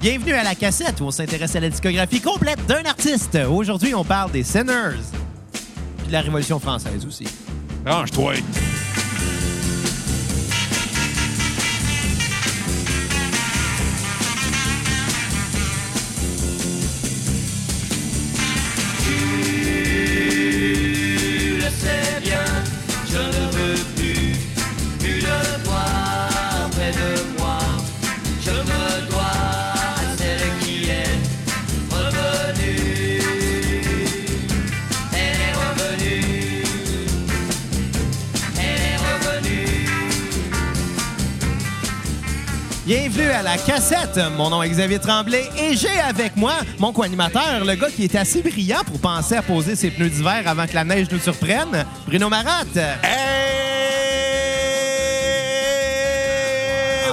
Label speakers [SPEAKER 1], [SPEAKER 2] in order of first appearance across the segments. [SPEAKER 1] Bienvenue à la cassette où on s'intéresse à la discographie complète d'un artiste. Aujourd'hui, on parle des Sinners. Puis de la Révolution française aussi.
[SPEAKER 2] Range-toi.
[SPEAKER 3] Tu le sais bien, je ne veux plus, plus de toi près de moi. Je me dois à celle qui est revenue. Elle est revenue. Elle est revenue.
[SPEAKER 1] Bienvenue à la cassette. Mon nom est Xavier Tremblay et j'ai avec moi mon co-animateur, le gars qui est assez brillant pour penser à poser ses pneus d'hiver avant que la neige nous surprenne, Bruno Marotte.
[SPEAKER 2] Hey!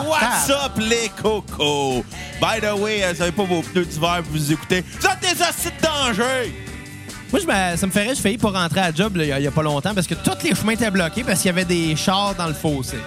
[SPEAKER 2] What's up, les cocos? By the way, euh, vous avez pas vos pneus d'hiver, vous vous écoutez. Vous êtes des acides dangereux!
[SPEAKER 1] Moi, je me- ça me ferait, je faillis pas rentrer à job là, il y, a- il y a pas longtemps parce que tous les chemins étaient bloqués parce qu'il y avait des chars dans le fossé.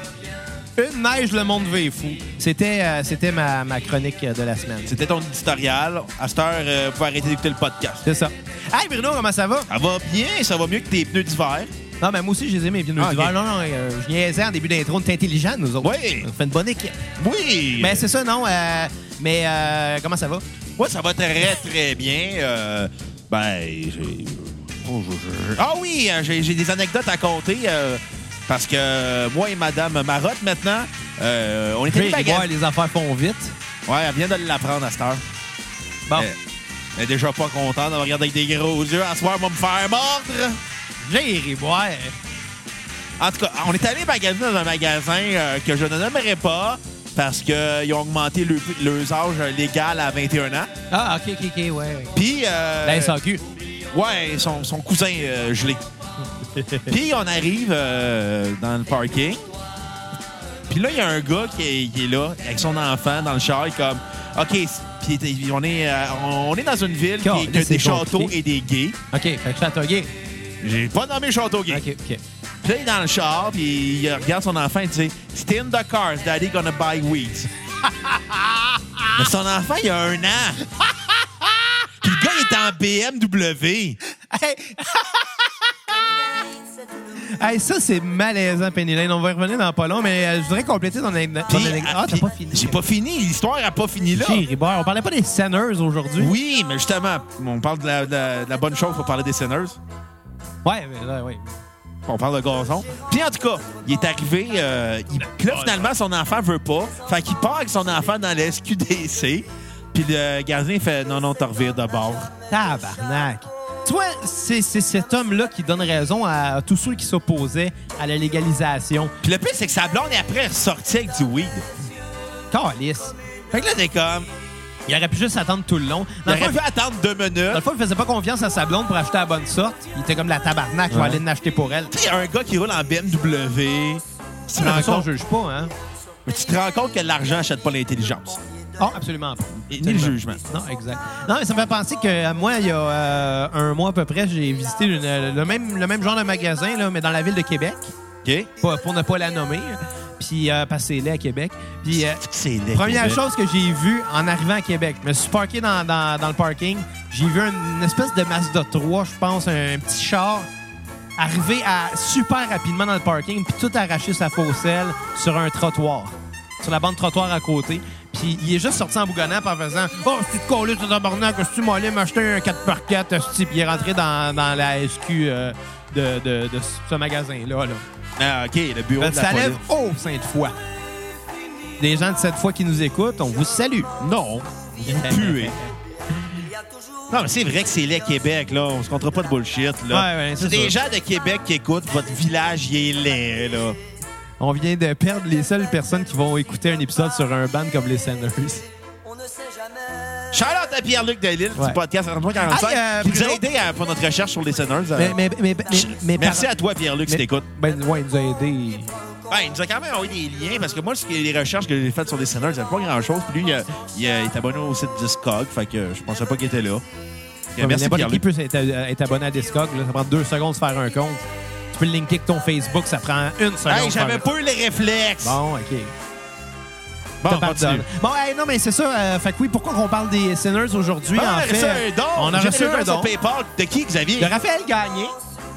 [SPEAKER 1] Une neige, le monde devient fou. C'était euh, c'était ma, ma chronique euh, de la semaine.
[SPEAKER 2] C'était ton éditorial. À cette heure, euh, vous pouvez arrêter d'écouter le podcast.
[SPEAKER 1] C'est ça. Hey Bruno, comment ça va?
[SPEAKER 2] Ça va bien, ça va mieux que tes pneus d'hiver.
[SPEAKER 1] Non, mais moi aussi, j'ai aimé les pneus
[SPEAKER 2] Ah,
[SPEAKER 1] d'hiver.
[SPEAKER 2] ok.
[SPEAKER 1] Non, non, euh, je niaisais en début d'intro. On était intelligents, nous autres.
[SPEAKER 2] Oui.
[SPEAKER 1] On fait une bonne équipe.
[SPEAKER 2] Oui!
[SPEAKER 1] Mais c'est ça, non. euh, mais euh, comment ça va?
[SPEAKER 2] Moi, ça va très, très bien. Euh, ben, j'ai. Oh, je- je- Ah oui, euh, j'ai j'ai des anecdotes à compter. euh, parce que moi et Madame Marotte, maintenant, euh, on était
[SPEAKER 1] Puis,
[SPEAKER 2] des baguettes.
[SPEAKER 1] ouais, les affaires font vite.
[SPEAKER 2] Ouais, elle vient de l'apprendre à cette heure.
[SPEAKER 1] Bon,
[SPEAKER 2] Elle, elle est déjà pas contente. Elle me regarde avec des gros yeux. À ce soir, elle va me faire mordre.
[SPEAKER 1] j'ai ri boire.
[SPEAKER 2] En tout cas, on est allé magasiner dans un magasin euh, que je ne nommerai pas parce qu'ils ont augmenté le, leurs âge légal à 21 ans.
[SPEAKER 1] Ah, OK, OK, OK, ouais. Ben, ouais.
[SPEAKER 2] Puis. euh,
[SPEAKER 1] La SAQ.
[SPEAKER 2] Ouais, son, son cousin euh, gelé. Puis on arrive euh, dans le parking. Puis là, il y a un gars qui est, qui est là avec son enfant dans le char, il est comme OK, c'est- puis on est, euh, on est dans une ville qui, qui a
[SPEAKER 1] C'est
[SPEAKER 2] des châteaux
[SPEAKER 1] compliqué.
[SPEAKER 2] et des gays.
[SPEAKER 1] OK, fait que je suis à Togué.
[SPEAKER 2] J'ai pas nommé château gay.
[SPEAKER 1] OK, OK.
[SPEAKER 2] Puis là, il est dans le char, puis il regarde son enfant et dit Stay in the car, daddy gonna buy weeds. Mais son enfant, il a un an. Puis le gars, il est en BMW.
[SPEAKER 1] Hey. Hey, ça, c'est malaisant, Penny Lane. On va y revenir dans pas long, mais euh, je voudrais compléter ton anecdote.
[SPEAKER 2] Puis-
[SPEAKER 1] Ah, t'as
[SPEAKER 2] puis-
[SPEAKER 1] pas fini.
[SPEAKER 2] J'ai pas fini. L'histoire a pas fini là.
[SPEAKER 1] J'ai ri boire. On parlait pas des sanneuses aujourd'hui.
[SPEAKER 2] Oui, mais justement, on parle de la, de la- de la bonne chose pour parler des seineuses.
[SPEAKER 1] Ouais, mais là, oui.
[SPEAKER 2] On parle de gazon. Puis en tout cas, il est arrivé. euh, il- puis
[SPEAKER 1] Oh,
[SPEAKER 2] là, finalement, son enfant veut pas. Fait qu'il part avec son enfant dans le SQDC. Puis le gardien fait Non, non, t'as revire de bord.
[SPEAKER 1] Tabarnak. Tu vois, c'est c'est cet homme-là qui donne raison à tous ceux qui s'opposaient à la légalisation.
[SPEAKER 2] Puis le pire, c'est que sa blonde est après ressortie avec du weed.
[SPEAKER 1] Calice.
[SPEAKER 2] Fait que là, t'es comme.
[SPEAKER 1] Il aurait pu juste attendre tout le long.
[SPEAKER 2] Il
[SPEAKER 1] Dans le,
[SPEAKER 2] aurait
[SPEAKER 1] fond,
[SPEAKER 2] pu attendre deux
[SPEAKER 1] dans le
[SPEAKER 2] minutes.
[SPEAKER 1] fond, il faisait pas confiance à sa blonde pour acheter la bonne sorte. Il était comme la tabarnak, je vais
[SPEAKER 2] Ouais.
[SPEAKER 1] aller en acheter pour elle.
[SPEAKER 2] Tu sais, un gars qui roule en BMW. Tu te
[SPEAKER 1] Mais
[SPEAKER 2] rends
[SPEAKER 1] ça, on
[SPEAKER 2] compte,
[SPEAKER 1] juge pas, hein?
[SPEAKER 2] mais tu te rends compte que l'argent achète pas l'intelligence.
[SPEAKER 1] Ah, absolument pas.
[SPEAKER 2] Et ni le
[SPEAKER 1] Absolument.
[SPEAKER 2] jugement.
[SPEAKER 1] Non, exact. Non, mais ça me fait penser que euh, moi, il y a euh, un mois à peu près, j'ai visité une- euh, le, même, le même genre de magasin, là, mais dans la ville de Québec,
[SPEAKER 2] OK?
[SPEAKER 1] pas- pour ne pas la nommer. Puis, euh, parce que c'est laid à Québec. Puis, euh,
[SPEAKER 2] C'est laid,
[SPEAKER 1] première
[SPEAKER 2] Québec.
[SPEAKER 1] chose que j'ai vue en arrivant à Québec, je me suis parké dans, dans- dans le parking, j'ai vu une, une espèce de Mazda 3, je pense, un, petit char arriver à super rapidement dans le parking, puis tout arracher sa faucelle sur un trottoir, sur la bande trottoir à côté. Puis il est juste sorti en bougonnant en faisant Oh, si tu colles sur tabarnak, si tu m'as allé m'acheter un 4x4, hostie. puis il est rentré dans, dans la SQ euh, de, de- de ce magasin-là. là.
[SPEAKER 2] Ah, OK, le bureau
[SPEAKER 1] Ben,
[SPEAKER 2] de la
[SPEAKER 1] ça
[SPEAKER 2] police.
[SPEAKER 1] lève haut, Sainte-Foy. Les gens de cette fois qui nous écoutent, on vous salue.
[SPEAKER 2] Non. Vous puez. Non, mais c'est vrai que c'est laid, Québec, là. On se comptera pas de bullshit, là.
[SPEAKER 1] Ouais, ouais, c'est
[SPEAKER 2] c'est des
[SPEAKER 1] ça.
[SPEAKER 2] gens de Québec qui écoutent. Votre village, il est laid, là.
[SPEAKER 1] On vient de perdre les seules personnes qui vont écouter un épisode sur un band comme les Sanders.
[SPEAKER 2] Euh,
[SPEAKER 3] On ne sait jamais.
[SPEAKER 2] Shout-out à Pierre-Luc Delisle
[SPEAKER 1] Ouais.
[SPEAKER 2] du podcast 3345
[SPEAKER 1] Hey, euh,
[SPEAKER 2] qui nous a
[SPEAKER 1] Bruno.
[SPEAKER 2] aidé à- pour notre recherche sur les sonneuses.
[SPEAKER 1] Mais, mais, mais, mais, mais
[SPEAKER 2] Merci
[SPEAKER 1] par-
[SPEAKER 2] à toi, Pierre-Luc, si
[SPEAKER 1] mais-
[SPEAKER 2] t'écoutes.
[SPEAKER 1] Ben, ouais, il nous a aidés.
[SPEAKER 2] Ben, il nous a quand même envoyé des liens parce que moi, ce que- les recherches que j'ai faites sur les sonneuses, il n'y pas grand-chose. Puis lui, il, a- il a- il est abonné au site Discog, fait que je pensais pas qu'il était là.
[SPEAKER 1] Ouais, mais
[SPEAKER 2] Merci,
[SPEAKER 1] N'importe qui
[SPEAKER 2] Pierre-Luc.
[SPEAKER 1] peut être, euh, être abonné à Discog. là. Ça prend deux secondes de faire un compte. Tu peux le linker avec ton Facebook, ça prend une seconde.
[SPEAKER 2] Hey,
[SPEAKER 1] de
[SPEAKER 2] j'avais
[SPEAKER 1] faire-
[SPEAKER 2] pas eu les réflexes.
[SPEAKER 1] Bon, OK.
[SPEAKER 2] Bon,
[SPEAKER 1] te
[SPEAKER 2] on
[SPEAKER 1] pardonne.
[SPEAKER 2] continue.
[SPEAKER 1] Bon, hey, non, mais c'est ça. euh, fait que oui, pourquoi qu'on parle des Sinners aujourd'hui? en
[SPEAKER 2] Ah, on a reçu
[SPEAKER 1] fait,
[SPEAKER 2] un don.
[SPEAKER 1] On a
[SPEAKER 2] J'ai
[SPEAKER 1] reçu
[SPEAKER 2] reçu
[SPEAKER 1] un
[SPEAKER 2] sur
[SPEAKER 1] don
[SPEAKER 2] PayPal. De qui, Xavier?
[SPEAKER 1] de Raphaël Gagné.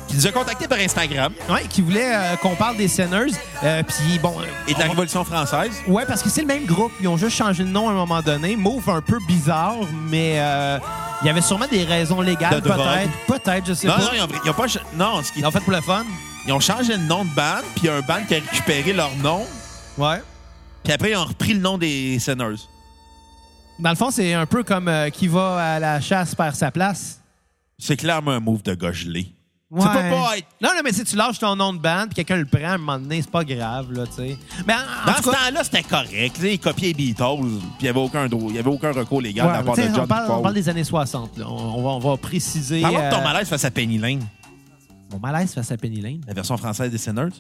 [SPEAKER 2] Qui nous a contacté par Instagram
[SPEAKER 1] Ouais, qui voulait euh, qu'on parle des Sinners. Euh, Puis bon. euh,
[SPEAKER 2] et de
[SPEAKER 1] on
[SPEAKER 2] la
[SPEAKER 1] va-
[SPEAKER 2] Révolution française.
[SPEAKER 1] Ouais, parce que c'est le même groupe. Ils ont juste changé de nom à un moment donné. Move un peu bizarre, mais euh, il y avait sûrement des raisons
[SPEAKER 2] De
[SPEAKER 1] légales,
[SPEAKER 2] drogue.
[SPEAKER 1] peut-être. Peut-être, je sais
[SPEAKER 2] Non,
[SPEAKER 1] pas.
[SPEAKER 2] non, ils ont, ils ont pas. ch- Non, ce qui-
[SPEAKER 1] Ils l'ont fait pour le fun.
[SPEAKER 2] ils ont changé le nom de band, puis il y a un band qui a récupéré leur nom,
[SPEAKER 1] Ouais.
[SPEAKER 2] puis après, ils ont repris le nom des Sinners.
[SPEAKER 1] Dans le fond, c'est un peu comme euh, qui va à la chasse perd sa place.
[SPEAKER 2] C'est clairement un move de gars gelé.
[SPEAKER 1] Ouais.
[SPEAKER 2] Ça peut pas être-
[SPEAKER 1] Non, non, mais si tu lâches ton nom de band puis quelqu'un le prend à un moment donné, c'est pas grave, là, tu sais. Mais en, en
[SPEAKER 2] Dans
[SPEAKER 1] tout
[SPEAKER 2] ce
[SPEAKER 1] cas,
[SPEAKER 2] temps-là, c'était correct. tu sais, Ils copiaient les Beatles, puis il n'y avait, aucun dro- il y avait aucun recours légal
[SPEAKER 1] ouais,
[SPEAKER 2] de la part
[SPEAKER 1] tu
[SPEAKER 2] de
[SPEAKER 1] sais,
[SPEAKER 2] John
[SPEAKER 1] on, parle, on
[SPEAKER 2] Paul.
[SPEAKER 1] parle des années 60. là. On, on va, on va préciser.
[SPEAKER 2] Parlons de
[SPEAKER 1] euh,
[SPEAKER 2] ton malaise face à Penny Lane,
[SPEAKER 1] Mon malaise face à Penny Lane.
[SPEAKER 2] la version française des Sinners.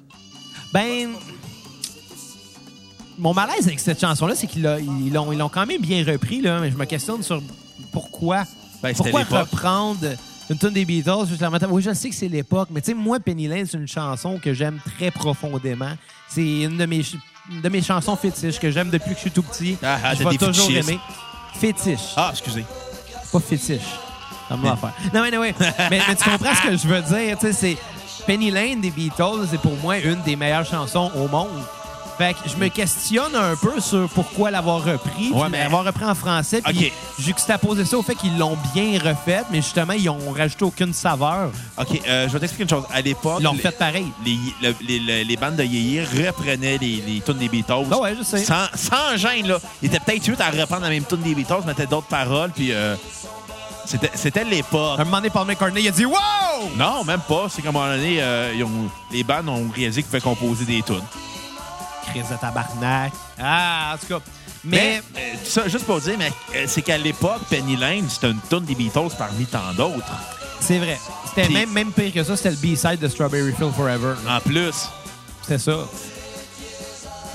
[SPEAKER 1] Ben. Mon malaise avec cette chanson-là, c'est qu'ils l'a- ils l'ont ils l'ont quand même bien repris, là, mais je me questionne sur pourquoi.
[SPEAKER 2] Ben, c'était
[SPEAKER 1] pourquoi
[SPEAKER 2] l'époque.
[SPEAKER 1] reprendre une tune des Beatles juste la mettre- Oui, je sais que c'est l'époque, mais tu sais, moi, Penny Lane, c'est une chanson que j'aime très profondément. C'est une de mes, ch- une de mes chansons fétiches que j'aime depuis que je suis tout petit.
[SPEAKER 2] Ah, ah,
[SPEAKER 1] je
[SPEAKER 2] t'es
[SPEAKER 1] vais
[SPEAKER 2] des
[SPEAKER 1] toujours
[SPEAKER 2] fétichistes.
[SPEAKER 1] aimer. Fétiche,
[SPEAKER 2] Ah, excusez.
[SPEAKER 1] pas fétiche. Ça me l'affaire. Non, mais anyway, mais, mais tu comprends ce que je veux dire. Tu sais, c'est Penny Lane des Beatles, c'est pour moi une des meilleures chansons au monde. Fait que je me questionne un peu sur pourquoi l'avoir repris,
[SPEAKER 2] Ouais,
[SPEAKER 1] puis
[SPEAKER 2] mais-
[SPEAKER 1] l'avoir repris en français, puis
[SPEAKER 2] Ok.
[SPEAKER 1] juxtaposer ça au fait qu'ils l'ont bien refait, mais justement, ils ont rajouté aucune saveur.
[SPEAKER 2] OK, euh, je vais t'expliquer une chose. À l'époque,
[SPEAKER 1] Ils l'ont
[SPEAKER 2] les-
[SPEAKER 1] fait pareil.
[SPEAKER 2] les, le- les, les- les bandes de Yéyé reprenaient les, les tunes des Beatles.
[SPEAKER 1] Ah ouais, je sais.
[SPEAKER 2] Sans, sans gêne, là. Ils étaient peut-être huit à reprendre la même tune des Beatles, mettaient d'autres paroles, puis euh, c'était c'était l'époque.
[SPEAKER 1] À un moment donné, Paul McCartney, il a dit « Wow!
[SPEAKER 2] Non, même pas. C'est qu'à un moment donné, euh, ils ont- les bandes ont réalisé qu'ils pouvaient composer des tunes. »
[SPEAKER 1] Crise de tabarnak. Ah, en tout cas. Mais,
[SPEAKER 2] euh, tout ça, juste pour dire, mais euh, c'est qu'à l'époque, Penny Lane, c'était une tune des Beatles parmi tant d'autres.
[SPEAKER 1] c'est vrai. C'était
[SPEAKER 2] Puis- Ah,
[SPEAKER 1] même, même pire que ça, c'était le B-side de Strawberry Field Forever. là.
[SPEAKER 2] En plus,
[SPEAKER 1] C'était ça.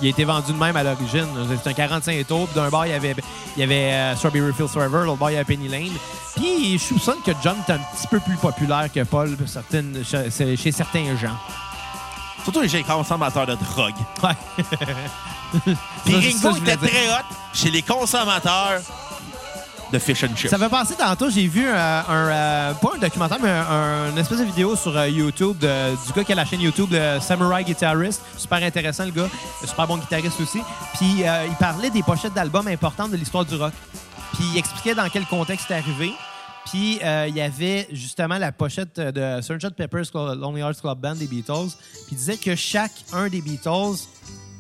[SPEAKER 1] Il a été vendu de même à l'origine. C'était un 45 tours. puis D'un bar, il y avait, il y avait euh, Strawberry Fields Forever. L'autre bar, il y avait Penny Lane. Puis, je soupçonne que John est un petit peu plus populaire que Paul pour certaines- chez, chez certains gens.
[SPEAKER 2] surtout les gens qui consommateurs de drogue.
[SPEAKER 1] Ouais.
[SPEAKER 2] Puis
[SPEAKER 1] Ça, c'est ça
[SPEAKER 2] Ringo
[SPEAKER 1] que je voulais
[SPEAKER 2] était
[SPEAKER 1] dire.
[SPEAKER 2] très hot chez les consommateurs de fish and chips.
[SPEAKER 1] Ça fait passer tantôt, j'ai vu euh, un, euh, pas un documentaire, mais un, un- une espèce de vidéo sur euh, YouTube de- du gars qui a la chaîne YouTube, le Samurai Guitarist. Super intéressant, le gars. Super bon guitariste aussi. Puis euh, il parlait des pochettes d'albums importantes de l'histoire du rock. Puis il expliquait dans quel contexte c'est arrivé. Puis euh, il y avait justement la pochette de Sgt. Pepper's Clo- Lonely Hearts Club Band des Beatles. Puis il disait que chaque un des Beatles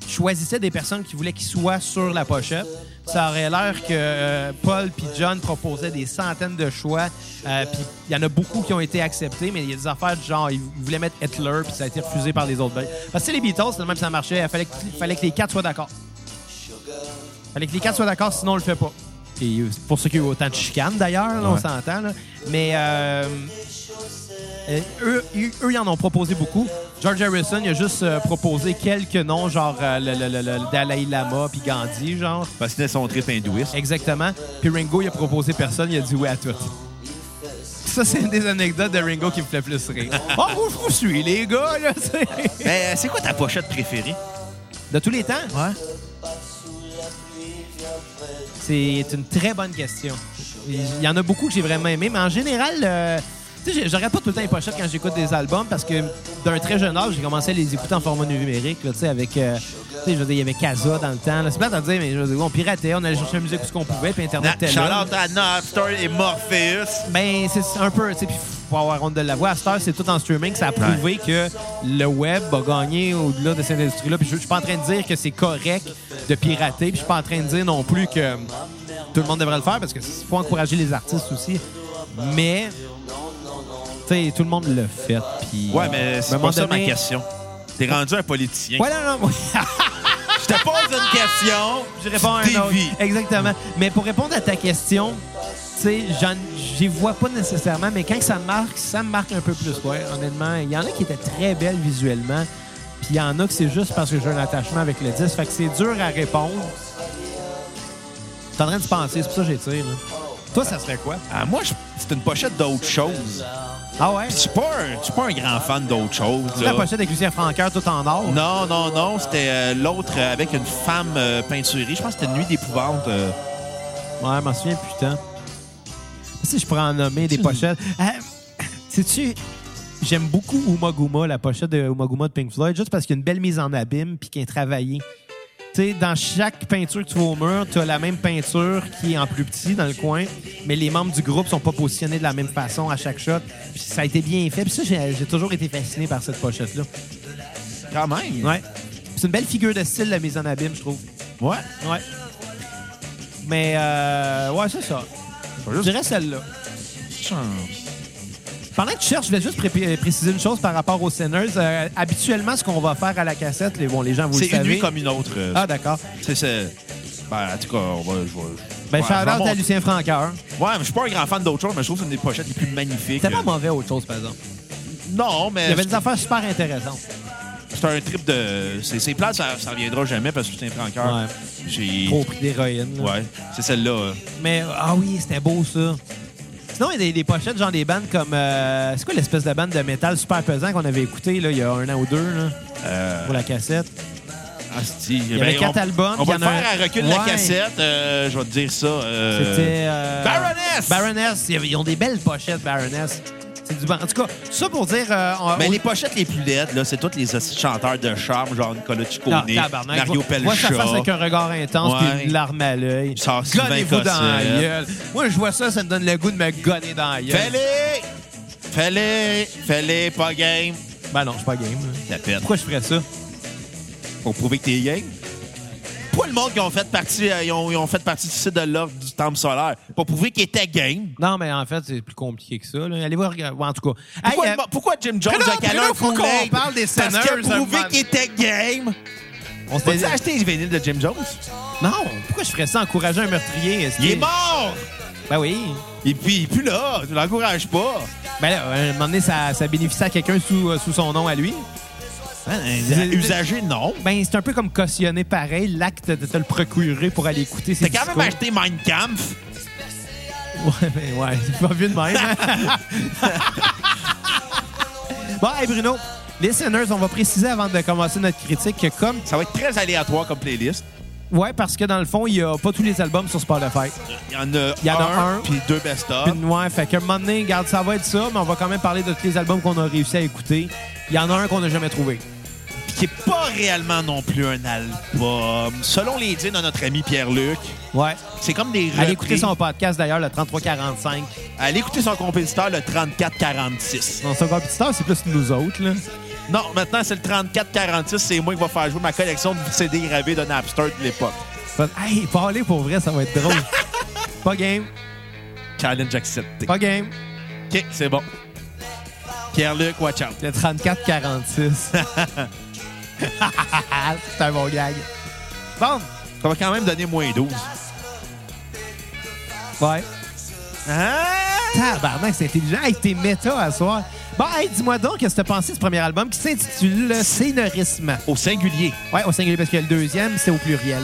[SPEAKER 1] choisissait des personnes qui voulaient qu'ils soient sur la pochette. Ça aurait l'air que euh, Paul puis John proposaient des centaines de choix. Euh, puis il y en a beaucoup qui ont été acceptés, mais il y a des affaires du genre, ils ils voulaient mettre Hitler, puis ça a été refusé par les autres. bands. Parce que tu sais, les Beatles, c'est le même ça marchait. Il fallait, que- fallait que les quatre soient d'accord. Fallait que les quatre soient d'accord, sinon on le fait pas. Et euh, c'est pour ça qu'il y a eu autant de chicanes, d'ailleurs, là, on
[SPEAKER 2] Ouais.
[SPEAKER 1] s'entend. là. Mais euh, euh, eux, eux, eux, ils en ont proposé beaucoup. George Harrison, il a juste euh, proposé quelques noms, genre euh, le, le- le- le Dalai Lama puis Gandhi, genre.
[SPEAKER 2] Parce que c'était son trip hindouiste.
[SPEAKER 1] Exactement. Puis Ringo, il a proposé personne, il a dit oui à tout. Ça, c'est une des anecdotes de Ringo qui me fait plus rire. Oh, vous, je vous suis, les gars, là, c'est-
[SPEAKER 2] Mais euh, c'est quoi ta pochette préférée?
[SPEAKER 1] De tous les temps?
[SPEAKER 2] Ouais.
[SPEAKER 1] C'est une très bonne question. Il y en a beaucoup que j'ai vraiment aimé, mais en général, euh, tu sais, j'ai- je regarde pas tout le temps les pochettes quand j'écoute des albums parce que d'un très jeune âge, j'ai commencé à les écouter en format numérique, là, tu sais, avec, euh, tu sais, je veux dire, il y avait Casa dans le temps. là. C'est pas à dire, mais je veux dire, on piratait, on allait chercher la musique où ce qu'on pouvait, puis Internet était là.
[SPEAKER 2] Charlotte à Napster et Morpheus.
[SPEAKER 1] Ben, c'est un peu, tu sais, puis faut avoir honte de la voix. À cette heure, c'est tout en streaming. Ça a prouvé que le web a gagné au-delà de cette industrie-là. Puis je, je suis pas en train de dire que c'est correct de pirater. Puis je suis pas en train de dire non plus que tout le monde devrait le faire parce qu'il faut encourager les artistes aussi. Mais, tu sais, tout le monde le fait. Puis,
[SPEAKER 2] Ouais, mais
[SPEAKER 1] à
[SPEAKER 2] c'est
[SPEAKER 1] un moment
[SPEAKER 2] pas ça ma
[SPEAKER 1] donné-
[SPEAKER 2] question. T'es rendu un politicien.
[SPEAKER 1] Ouais, non, non.
[SPEAKER 2] Je te pose une question.
[SPEAKER 1] je réponds à un
[SPEAKER 2] tu
[SPEAKER 1] autre.
[SPEAKER 2] dévies.
[SPEAKER 1] Exactement. Mais pour répondre à ta question, tu sais, j'en- j'y vois pas nécessairement, mais quand que ça me marque, ça me marque un peu plus. Ouais, honnêtement, il y en a qui étaient très belles visuellement, puis il y en a que c'est juste parce que j'ai un attachement avec le 10. Fait que c'est dur à répondre. T'es en train de penser, c'est pour ça que j'étire. là. Toi, ça serait quoi?
[SPEAKER 2] Ah, moi, je- c'est une pochette d'autre chose.
[SPEAKER 1] Ah ouais?
[SPEAKER 2] Je suis pas, un- je suis pas un grand fan d'autre chose.
[SPEAKER 1] C'est
[SPEAKER 2] là.
[SPEAKER 1] la pochette avec Lucien Francoeur tout en or.
[SPEAKER 2] Non, non, non. C'était euh, l'autre euh, avec une femme euh, peinturée. Je pense que c'était Nuit d'épouvante. euh.
[SPEAKER 1] Ouais, je m'en souviens, putain. Si je pourrais en nommer des pochettes. Ah, Sais-tu, j'aime beaucoup Uma Guma, la pochette de Uma Guma de Pink Floyd, juste parce qu'il y a une belle mise en abîme puis qui est travaillée. Tu sais, dans chaque peinture que tu vois au mur, tu as la même peinture qui est en plus petit dans le coin, mais les membres du groupe sont pas positionnés de la même façon à chaque shot. Puis ça a été bien fait. Puis ça, j'ai j'ai toujours été fasciné par cette pochette-là.
[SPEAKER 2] Quand même.
[SPEAKER 1] Ouais. C'est une belle figure de style, la mise en abîme, je trouve.
[SPEAKER 2] Ouais.
[SPEAKER 1] Ouais. Mais, euh, ouais, c'est ça. Je dirais celle-là. Pendant que tu cherches, je vais juste pré- euh, préciser une chose par rapport aux Sinners. Euh, habituellement, ce qu'on va faire à la cassette, les, bon, les gens, vous
[SPEAKER 2] C'est
[SPEAKER 1] le
[SPEAKER 2] une
[SPEAKER 1] savez.
[SPEAKER 2] nuit comme une autre. euh,
[SPEAKER 1] Ah, d'accord.
[SPEAKER 2] C'est, c'est- Ben, en tout cas, on va, je vais-
[SPEAKER 1] Ben,
[SPEAKER 2] ouais, je vais
[SPEAKER 1] shout-out à
[SPEAKER 2] montrer.
[SPEAKER 1] Lucien Francoeur.
[SPEAKER 2] Ouais, mais je suis pas un grand fan d'autre chose, mais je trouve que c'est une des pochettes les plus magnifiques.
[SPEAKER 1] C'était pas
[SPEAKER 2] Euh,
[SPEAKER 1] mauvais autre chose, par exemple.
[SPEAKER 2] Non, mais
[SPEAKER 1] Il y avait des affaires super intéressantes.
[SPEAKER 2] c'est un trip de. C'est, c'est plat, ça, ça reviendra jamais parce que c'est un franqueur.
[SPEAKER 1] Ouais.
[SPEAKER 2] J'ai.
[SPEAKER 1] Trop pris d'héroïne. là.
[SPEAKER 2] Ouais, c'est celle-là. euh.
[SPEAKER 1] Mais, ah oui, c'était beau, ça. Sinon, il y a des, des pochettes, genre des bandes comme... euh, c'est quoi l'espèce de bande de métal super pesant qu'on avait écouté là, il y a un an ou deux là,
[SPEAKER 2] Euh,
[SPEAKER 1] pour la cassette?
[SPEAKER 2] Asti, ben,
[SPEAKER 1] y avait quatre
[SPEAKER 2] on,
[SPEAKER 1] albums,
[SPEAKER 2] On va
[SPEAKER 1] il y
[SPEAKER 2] le
[SPEAKER 1] en a
[SPEAKER 2] faire à
[SPEAKER 1] un-
[SPEAKER 2] recul de la
[SPEAKER 1] Ouais.
[SPEAKER 2] cassette. euh, je vais te dire ça. euh,
[SPEAKER 1] C'était. euh,
[SPEAKER 2] Baroness!
[SPEAKER 1] Baroness! Ils ils ont des belles pochettes, Baroness. C'est du bon. En tout cas, ça pour dire. euh, on-
[SPEAKER 2] Mais
[SPEAKER 1] on-
[SPEAKER 2] les pochettes les plus laides, là, c'est tous les hosties de chanteurs de charme, genre Nicolas
[SPEAKER 1] Non,
[SPEAKER 2] Ciccone,
[SPEAKER 1] tabarnak.
[SPEAKER 2] Mario
[SPEAKER 1] Moi, Moi, ça
[SPEAKER 2] Pelcha.
[SPEAKER 1] fasse avec un regard intense
[SPEAKER 2] Ouais.
[SPEAKER 1] puis une larme à l'œil.
[SPEAKER 2] Sors Sylvain
[SPEAKER 1] Gonnez-vous dans la
[SPEAKER 2] Cossette.
[SPEAKER 1] gueule. Moi, je vois ça, ça me donne le goût de me gonner dans la gueule.
[SPEAKER 2] Fais-les! Fais-les! Fais-les, pas game!
[SPEAKER 1] Ben non, je suis pas game. là.
[SPEAKER 2] La pète.
[SPEAKER 1] Pourquoi je ferais ça?
[SPEAKER 2] Pour prouver que t'es game. Pas le monde qui ont fait partie, euh, ils ont, ils ont fait partie du site de l'ordre du temple solaire. Pour prouver qu'ils étaient game.
[SPEAKER 1] Non, mais en fait, c'est plus compliqué que ça. là. Allez voir. regarde- ouais, en tout cas.
[SPEAKER 2] Pourquoi,
[SPEAKER 1] Hey, euh,
[SPEAKER 2] le mo- pourquoi Jim Jones
[SPEAKER 1] Bruno,
[SPEAKER 2] a calé
[SPEAKER 1] Bruno,
[SPEAKER 2] un
[SPEAKER 1] faut
[SPEAKER 2] coup
[SPEAKER 1] qu'on
[SPEAKER 2] d'œil?
[SPEAKER 1] parle des
[SPEAKER 2] Parce qu'il
[SPEAKER 1] Sinners,
[SPEAKER 2] a
[SPEAKER 1] un
[SPEAKER 2] prouvé
[SPEAKER 1] moment
[SPEAKER 2] qu'il était game.
[SPEAKER 1] on s'était
[SPEAKER 2] T'as-tu
[SPEAKER 1] dit-
[SPEAKER 2] acheté les vinyles de Jim Jones?
[SPEAKER 1] Non, pourquoi je ferais ça? Encourager un meurtrier? est-ce
[SPEAKER 2] Il est
[SPEAKER 1] que-
[SPEAKER 2] mort!
[SPEAKER 1] Ben oui.
[SPEAKER 2] Et puis, il est plus là. Tu l'encourages pas.
[SPEAKER 1] Ben là, à un moment donné, ça, ça bénéficie à quelqu'un sous, euh, sous son nom à lui. C'est-
[SPEAKER 2] Hein, Usagé, non.
[SPEAKER 1] Ben, c'est un peu comme cautionner pareil l'acte de te le procurer pour aller écouter ses
[SPEAKER 2] T'as quand même
[SPEAKER 1] discours.
[SPEAKER 2] acheté Mein Kampf.
[SPEAKER 1] Ouais, ben ouais, c'est pas vu de même. hein. bon, hey Bruno, listeners, on va préciser avant de commencer notre critique que comme...
[SPEAKER 2] Ça va être très aléatoire comme playlist.
[SPEAKER 1] Ouais, parce que dans le fond, il n'y a pas tous les albums sur Spotify.
[SPEAKER 2] Il y en a,
[SPEAKER 1] Il y en a un.
[SPEAKER 2] puis deux best-of.
[SPEAKER 1] Puis, ouais, fait que un moment donné, regarde, ça va être ça, mais on va quand même parler de tous les albums qu'on a réussi à écouter. Il y en a un qu'on n'a jamais trouvé.
[SPEAKER 2] qui est pas réellement non plus un album. Selon les dires de notre ami Pierre-Luc,
[SPEAKER 1] Ouais.
[SPEAKER 2] c'est comme des
[SPEAKER 1] Allez
[SPEAKER 2] reprises.
[SPEAKER 1] écouter son podcast d'ailleurs, le 3345.
[SPEAKER 2] Allez écouter son compétiteur, le 34-46.
[SPEAKER 1] Dans son compétiteur, c'est plus nous autres, là.
[SPEAKER 2] Non, maintenant, c'est le 34-46. C'est moi qui va faire jouer ma collection de CD gravés de Napster de l'époque.
[SPEAKER 1] Fait- Hey, parler pour vrai, ça va être drôle. pas game,
[SPEAKER 2] Challenge accepté.
[SPEAKER 1] pas game.
[SPEAKER 2] OK, c'est bon. Pierre-Luc, watch out.
[SPEAKER 1] Le 34-46. c'est un bon gag. Bon,
[SPEAKER 2] Ça va quand même donner moins 12.
[SPEAKER 1] ouais.
[SPEAKER 2] Hein?
[SPEAKER 1] Tabarnak, c'est intelligent. Hey, t'es méta à soir. Bon, hey, dis-moi donc, qu'est-ce que t'as pensé de ce premier album qui s'intitule Le Scénarisme.
[SPEAKER 2] Au singulier.
[SPEAKER 1] Ouais, au singulier, parce que le deuxième, c'est au pluriel.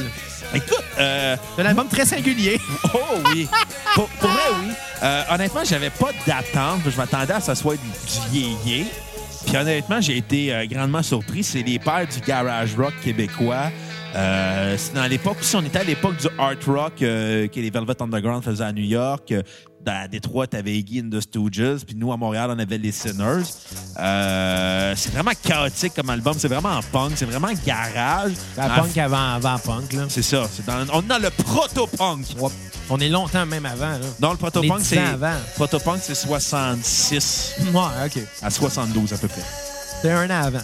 [SPEAKER 2] Écoute, euh,
[SPEAKER 1] C'est un album très singulier.
[SPEAKER 2] Oh oui. pour, pour vrai, oui. Euh, honnêtement, j'avais pas d'attente. Je m'attendais à ce que ça soit du yéyé. Puis honnêtement, j'ai été euh, grandement surpris. C'est les pères du garage rock québécois. Euh, c'est dans l'époque aussi, on était à l'époque du art rock euh, que les Velvet Underground faisaient à New York. Euh, Dans Détroit, t'avais Iggy and the Stooges. Puis nous, à Montréal, on avait les Sinners. Euh, c'est vraiment chaotique comme album. C'est vraiment punk. C'est vraiment garage.
[SPEAKER 1] La
[SPEAKER 2] En-
[SPEAKER 1] punk avant, avant punk, là.
[SPEAKER 2] C'est ça. C'est dans- on est dans le proto-punk.
[SPEAKER 1] Ouais. On est longtemps même avant, là.
[SPEAKER 2] Non, le
[SPEAKER 1] On
[SPEAKER 2] protopunk,
[SPEAKER 1] est
[SPEAKER 2] c'est.
[SPEAKER 1] 10 ans avant.
[SPEAKER 2] Protopunk, c'est 66
[SPEAKER 1] Ouais, OK.
[SPEAKER 2] à 72 à peu près.
[SPEAKER 1] C'est un an avant.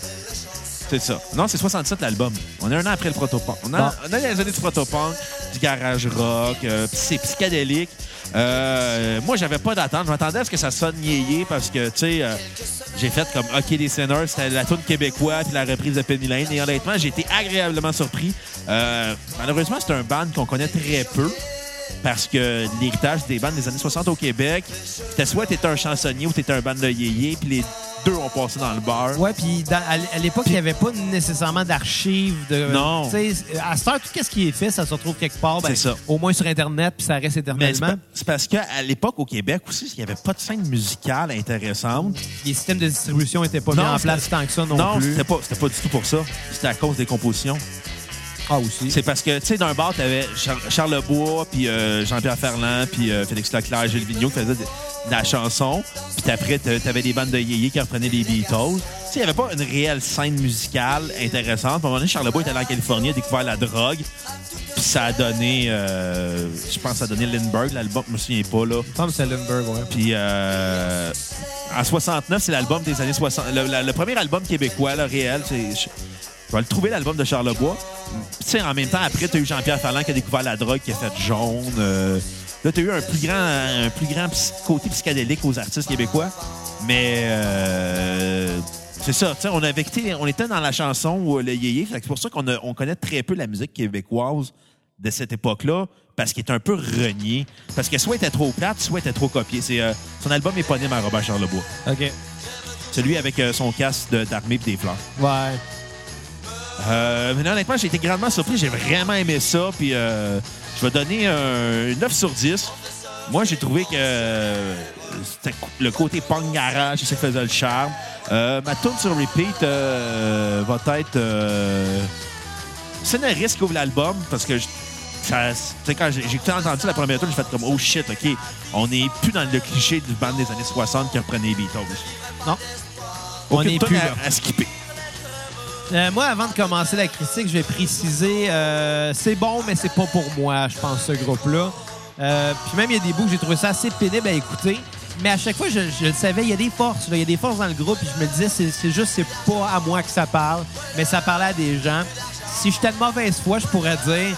[SPEAKER 2] C'est ça. Non, c'est 67 l'album. On est un an après le protopunk. On est
[SPEAKER 1] Bon.
[SPEAKER 2] on est dans les années du protopunk, du garage rock, euh, puis c'est psychédélique. Euh, moi, j'avais pas d'attente. Je m'attendais à ce que ça sonne yéyé parce que, tu sais, euh, j'ai fait comme OK, les Sinners, c'était la tune québécoise puis la reprise de Penny Lane. Et honnêtement, j'ai été agréablement surpris. Euh, malheureusement, c'est un band qu'on connaît très peu parce que l'héritage des bandes des années 60 au Québec, c'était soit t'étais un chansonnier ou t'étais un band de yéyé, puis les deux ont passé dans le beurre.
[SPEAKER 1] Ouais, puis dans- à l- à l'époque, il n'y avait pas nécessairement d'archives. De,
[SPEAKER 2] Non.
[SPEAKER 1] Tu sais, À cette heure, tout ce qui est fait, ça se retrouve quelque part. ben,
[SPEAKER 2] C'est ça.
[SPEAKER 1] Au moins sur Internet, puis ça reste
[SPEAKER 2] Mais c'est
[SPEAKER 1] éternellement.
[SPEAKER 2] pa- c'est parce qu'à l'époque, au Québec aussi, il n'y avait pas de scène musicale intéressante.
[SPEAKER 1] Les systèmes de distribution n'étaient pas mis en
[SPEAKER 2] c'était-
[SPEAKER 1] place tant que ça non,
[SPEAKER 2] Non,
[SPEAKER 1] plus.
[SPEAKER 2] c'était pas, c'était pas du tout pour ça. C'était à cause des compositions.
[SPEAKER 1] Ah, aussi.
[SPEAKER 2] C'est parce que, tu sais, d'un bar, t'avais Char Charles Lebois, puis euh, Jean-Pierre Ferland, puis euh, Félix Leclerc, Gilles Vigneault qui faisaient de, de la chanson. Puis après, t'a- t'avais des bandes de yéyés qui reprenaient les Beatles. Tu sais, il n'y avait pas une réelle scène musicale intéressante. Puis À un moment donné, Charles Lebois est allé en Californie, a découvert la drogue. Puis ça a donné, euh, je pense, que ça a donné Lindbergh, l'album, je me souviens pas, là.
[SPEAKER 1] Tom Sellenberg, ouais.
[SPEAKER 2] Puis euh, en 69, c'est l'album des années 60. Le, la- le premier album québécois, le réel, c'est. Je, je vais le trouver, l'album de Charlebois. Puis, Tu sais, en même temps, après, tu as eu Jean-Pierre Ferland qui a découvert la drogue, qui a fait jaune. euh, là, tu as eu un plus grand, un plus grand psy- côté psychédélique aux artistes québécois. Mais euh, c'est ça, tu sais, on, avait été- on était dans la chanson ou le yéyé. Fait que C'est pour ça qu'on a- on connaît très peu la musique québécoise de cette époque-là parce qu'il est un peu renié. Parce que soit il était trop plate, soit il était trop copié. C'est, euh, son album éponyme à Robert Charlebois.
[SPEAKER 1] OK.
[SPEAKER 2] Celui avec euh, son casque de- d'armée et des fleurs.
[SPEAKER 1] Ouais.
[SPEAKER 2] Euh, mais non, honnêtement, j'ai été grandement surpris. J'ai vraiment aimé ça. Puis euh, je vais donner un 9 sur 10. Moi, j'ai trouvé que euh, c'était cou- le côté punk garage, c'est ça qui faisait le charme. Euh, ma tune sur repeat euh, va être euh, scénariste qui ouvre l'album parce que je- ça- tu sais, quand j'ai j'ai entendu la première tune, j'ai fait comme oh shit, ok, on n'est plus dans le cliché du band des années 60 qui reprenait les Beatles.
[SPEAKER 1] Non. On
[SPEAKER 2] Aucune
[SPEAKER 1] n'est
[SPEAKER 2] tune
[SPEAKER 1] plus
[SPEAKER 2] à-
[SPEAKER 1] là.
[SPEAKER 2] à skipper.
[SPEAKER 1] Euh, moi, avant de commencer la critique, je vais préciser, euh, c'est bon, mais c'est pas pour moi, je pense, ce groupe-là. Euh, puis même, il y a des bouts que j'ai trouvé ça assez pénible à écouter. Mais à chaque fois, je, je le savais, il y a des forces. là, Il y a des forces dans le groupe. Puis je me disais, c'est c'est juste, c'est pas à moi que ça parle, mais ça parlait à des gens. Si j'étais de mauvaise foi, je pourrais dire,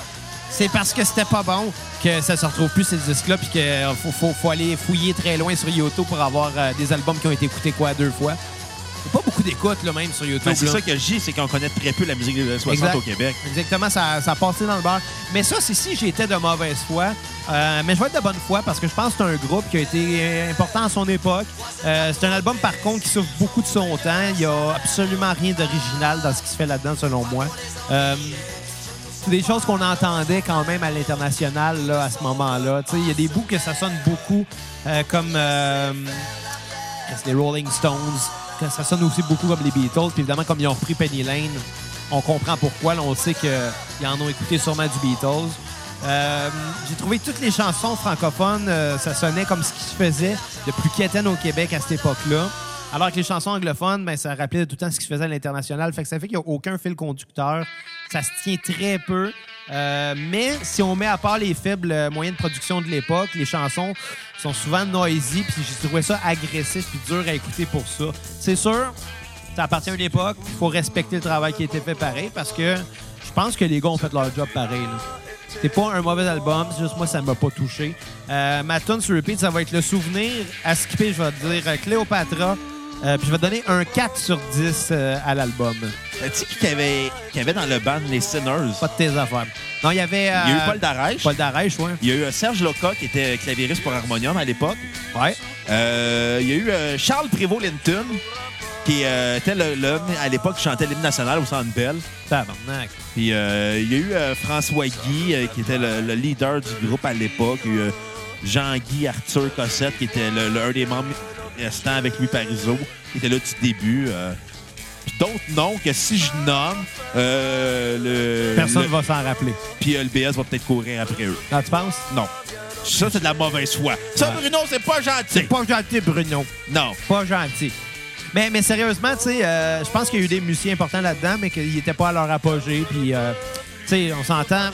[SPEAKER 1] c'est parce que c'était pas bon que ça se retrouve plus ces disques-là, puis qu'il faut, faut- faut aller fouiller très loin sur YouTube pour avoir euh, des albums qui ont été écoutés quoi deux fois. Il y a Pas beaucoup d'écoutes, là, même, sur YouTube.
[SPEAKER 2] Ben, c'est
[SPEAKER 1] là.
[SPEAKER 2] ça que je dis, c'est qu'on connaît très peu la musique des années 60
[SPEAKER 1] Exact.
[SPEAKER 2] au Québec.
[SPEAKER 1] Exactement, ça, ça a passé dans le bar. Mais ça, c'est si j'étais de mauvaise foi. Euh, mais je vais être de bonne foi parce que je pense que c'est un groupe qui a été euh, important à son époque. Euh, c'est un album, par contre, qui souffre beaucoup de son temps. Il n'y a absolument rien d'original dans ce qui se fait là-dedans, selon moi. Euh, c'est des choses qu'on entendait quand même à l'international là, à ce moment-là. Tu sais, Il y a des bouts que ça sonne beaucoup euh, comme euh, les Rolling Stones, que ça sonne aussi beaucoup comme les Beatles. Puis évidemment, comme ils ont repris Penny Lane, on comprend pourquoi. Là, on sait qu'ils en ont écouté sûrement du Beatles. Euh, J'ai trouvé toutes les chansons francophones, euh, ça sonnait comme ce qui se faisait de plus quétaine au Québec à cette époque-là. Alors que les chansons anglophones, ben, ça rappelait tout le temps ce qui se faisait à l'international. Fait que ça fait qu'il n'y a aucun fil conducteur. Ça se tient très peu. Euh, mais si on met à part les faibles euh, moyens de production de l'époque, les chansons sont souvent noisy, puis j'ai trouvé ça agressif puis dur à écouter pour ça. C'est sûr, ça appartient à une époque, il faut respecter le travail qui a été fait pareil parce que je pense que les gars ont fait leur job pareil. là. C'était pas un mauvais album, c'est juste moi, ça m'a pas touché. Euh, ma tune sur repeat, ça va être le souvenir. À skipper, je vais te dire euh, Cléopatra. Euh, puis je vais donner un 4 sur 10 euh, à l'album.
[SPEAKER 2] Euh, Tu sais qui avait, qui avait dans le band les Sinners?
[SPEAKER 1] Pas de tes affaires. Non, il y avait.
[SPEAKER 2] Il y a
[SPEAKER 1] euh,
[SPEAKER 2] eu Paul Darèche.
[SPEAKER 1] Paul Darèche, ouais.
[SPEAKER 2] Il y a eu euh, Serge Loca, qui était clavieriste pour Harmonium à l'époque.
[SPEAKER 1] Ouais.
[SPEAKER 2] Euh, il y a eu euh, Charles Prévost-Linton, qui euh, était le- l'homme à l'époque qui chantait l'hymne national au Centre Bell.
[SPEAKER 1] Tabarnak.
[SPEAKER 2] Puis euh, il y a eu euh, François Guy, euh, qui était le, le leader du groupe à l'époque. Il y a eu euh, Jean-Guy Arthur Cossette, qui était le- le- un des membres restants avec Louis Parizeau, qui était là du début. euh. Puis d'autres noms que si je nomme, euh, le,
[SPEAKER 1] Personne
[SPEAKER 2] le-
[SPEAKER 1] va s'en rappeler.
[SPEAKER 2] puis euh, le BS va peut-être courir après eux.
[SPEAKER 1] Ah, tu penses?
[SPEAKER 2] Non. Ça, c'est de la mauvaise foi. Ça, Bruno, c'est pas gentil.
[SPEAKER 1] Pas gentil, Bruno.
[SPEAKER 2] Non.
[SPEAKER 1] Pas gentil. Mais, mais sérieusement, tu sais, euh, je pense qu'il y a eu des musiciens importants là-dedans, mais qu'ils n'étaient pas à leur apogée. Puis, euh, tu sais, on s'entend,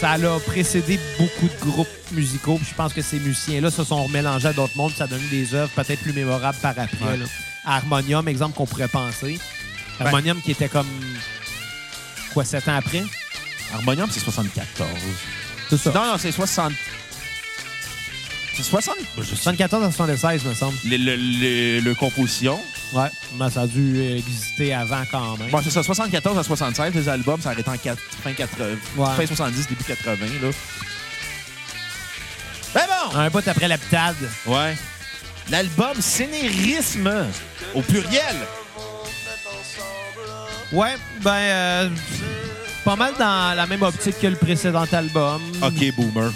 [SPEAKER 1] ça l'a précédé beaucoup de groupes musicaux. puis je pense que ces musiciens-là se sont remélangés à d'autres mondes. Ça donne des œuvres peut-être plus mémorables par après.
[SPEAKER 2] Ouais.
[SPEAKER 1] là. Harmonium, exemple qu'on pourrait penser. Harmonium qui était comme, quoi, sept ans après?
[SPEAKER 2] Harmonium, c'est 74.
[SPEAKER 1] C'est ça.
[SPEAKER 2] Non, non, c'est 60. C'est 60. Bah, je sais.
[SPEAKER 1] 74 à 76, me semble.
[SPEAKER 2] Le, le, le- le composition.
[SPEAKER 1] Ouais, mais ça a dû exister avant quand même.
[SPEAKER 2] Bon, c'est ça, 74 à 76, les albums, ça arrête en quatre- fin, 80,
[SPEAKER 1] Ouais.
[SPEAKER 2] fin 70, début 80, là. Mais bon! Ben
[SPEAKER 1] Un bout après l'heptade.
[SPEAKER 2] Ouais. l'album Scénérisme, au pluriel.
[SPEAKER 1] Ouais, ben, euh, pas mal dans la même optique que le précédent album.
[SPEAKER 2] OK, boomer.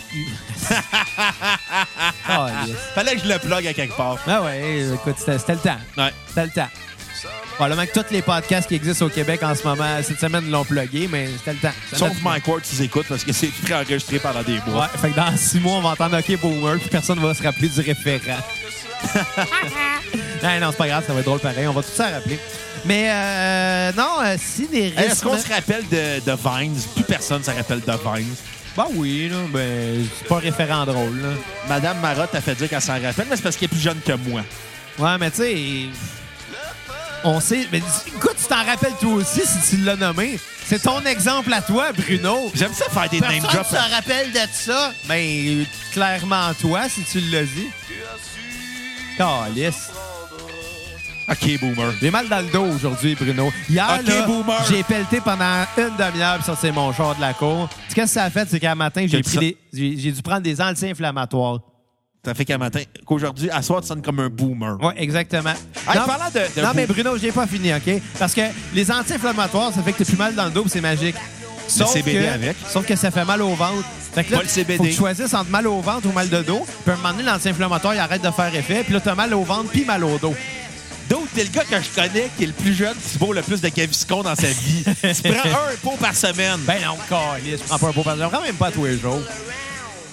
[SPEAKER 1] Ah, yes.
[SPEAKER 2] Fallait que je le plug à quelque part.
[SPEAKER 1] Ah ouais, écoute, c'était c'était le temps.
[SPEAKER 2] Ouais.
[SPEAKER 1] C'était le temps. Probablement que tous les podcasts qui existent au Québec en ce moment, cette semaine, l'ont plugué, mais c'était le temps. C'était
[SPEAKER 2] Sauf
[SPEAKER 1] notre-
[SPEAKER 2] Mike Ward, ils écoutent parce que c'est préenregistré pendant des mois.
[SPEAKER 1] Ouais, fait que dans six mois, on va entendre OK Boomer, puis personne va se rappeler du référent. non, non, c'est pas grave, ça va être drôle pareil, on va tout s'en rappeler. Mais euh, non, euh, cinérisme...
[SPEAKER 2] Est-ce qu'on se rappelle de, de Vines? Plus personne se rappelle de Vines.
[SPEAKER 1] Ben oui, là, ben, c'est pas un référent drôle. Là.
[SPEAKER 2] Madame Marotte a fait dire qu'elle s'en rappelle, mais c'est parce qu'elle est plus jeune que moi.
[SPEAKER 1] Ouais, mais tu sais, on sait. Mais dis- écoute, tu t'en rappelles toi aussi si tu l'as nommé. C'est ton exemple à toi, Bruno.
[SPEAKER 2] J'aime ça faire des name
[SPEAKER 1] Personne
[SPEAKER 2] drops.
[SPEAKER 1] se rappelle de ça. Ben, clairement toi, si tu l'as dit. Calice.
[SPEAKER 2] OK, boomer.
[SPEAKER 1] J'ai mal dans le dos aujourd'hui, Bruno. Hier,
[SPEAKER 2] Ok,
[SPEAKER 1] là,
[SPEAKER 2] boomer.
[SPEAKER 1] j'ai pelleté pendant une demi-heure puis ça, c'est mon char de la cour. Tu sais, Qu'est-ce que ça a fait? C'est qu'à matin, j'ai,
[SPEAKER 2] T'as
[SPEAKER 1] pris
[SPEAKER 2] pris
[SPEAKER 1] des- j'ai- j'ai dû prendre des anti-inflammatoires.
[SPEAKER 2] Ça fait qu'à matin, qu'aujourd'hui, à soir, tu sonnes comme un boomer.
[SPEAKER 1] Oui, exactement.
[SPEAKER 2] Hey,
[SPEAKER 1] Non,
[SPEAKER 2] parlant de- de
[SPEAKER 1] non
[SPEAKER 2] vous-
[SPEAKER 1] mais Bruno, j'ai pas fini, OK? Parce que les anti-inflammatoires, ça fait que t'es plus mal dans le dos, puis c'est magique. Sauf
[SPEAKER 2] CBD
[SPEAKER 1] que,
[SPEAKER 2] avec.
[SPEAKER 1] Sauf que ça fait mal au ventre. Fait que là,
[SPEAKER 2] Pas le CBD.
[SPEAKER 1] faut que tu choisisses entre mal au ventre ou mal de dos. Puis à un moment donné, l'anti-inflammatoire, il arrête de faire effet. Puis là, t'as mal au ventre puis mal au dos.
[SPEAKER 2] D'autres, t'es le gars que je connais qui est le plus jeune, qui se bourre le plus de caviscon dans sa vie. tu prends un pot par semaine.
[SPEAKER 1] Ben non, calice, je prends pas un pot par jour. Je prends même pas à tous les jours.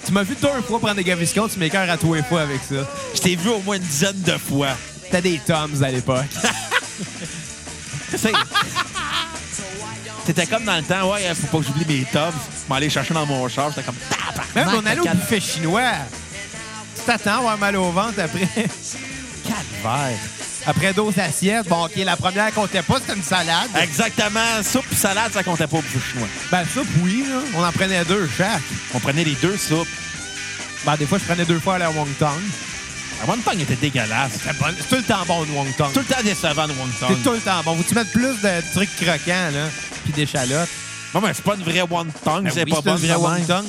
[SPEAKER 1] Tu m'as vu deux fois prendre des gaviscons, tu m'écœures à tous les fois avec ça.
[SPEAKER 2] Je t'ai vu au moins une dizaine de fois.
[SPEAKER 1] T'as des toms à l'époque.
[SPEAKER 2] Tu sais, T'étais comme dans le temps, ouais, faut pas que j'oublie mes tops. Je m'en allais chercher dans mon char, j'étais comme tabarnak,
[SPEAKER 1] Même on allait au
[SPEAKER 2] t'as
[SPEAKER 1] buffet chinois. Tu t'attends à avoir mal au ventre après.
[SPEAKER 2] calvaire.
[SPEAKER 1] Après 12 assiettes, bon, OK, la première comptait pas, c'était une salade.
[SPEAKER 2] Exactement, soupe et salade, ça comptait pas au buffet chinois.
[SPEAKER 1] Ben, soupe, oui, là. On en prenait deux chaque.
[SPEAKER 2] On prenait les deux soupes.
[SPEAKER 1] Ben, des fois, je prenais deux fois à la Wong Tong.
[SPEAKER 2] La wonton était dégueulasse.
[SPEAKER 1] C'est bon, c'est tout le temps bon, une Wong Tong.
[SPEAKER 2] Tout le temps décevant de wonton.
[SPEAKER 1] C'est tout le temps bon. Faut-tu mettre plus de trucs croquants, là, puis d'échalotes?
[SPEAKER 2] Non, mais c'est pas une vraie wonton,
[SPEAKER 1] Ben
[SPEAKER 2] c'est
[SPEAKER 1] oui,
[SPEAKER 2] pas
[SPEAKER 1] c'est une
[SPEAKER 2] bonne
[SPEAKER 1] vraie
[SPEAKER 2] de
[SPEAKER 1] Wong
[SPEAKER 2] même.
[SPEAKER 1] Tong.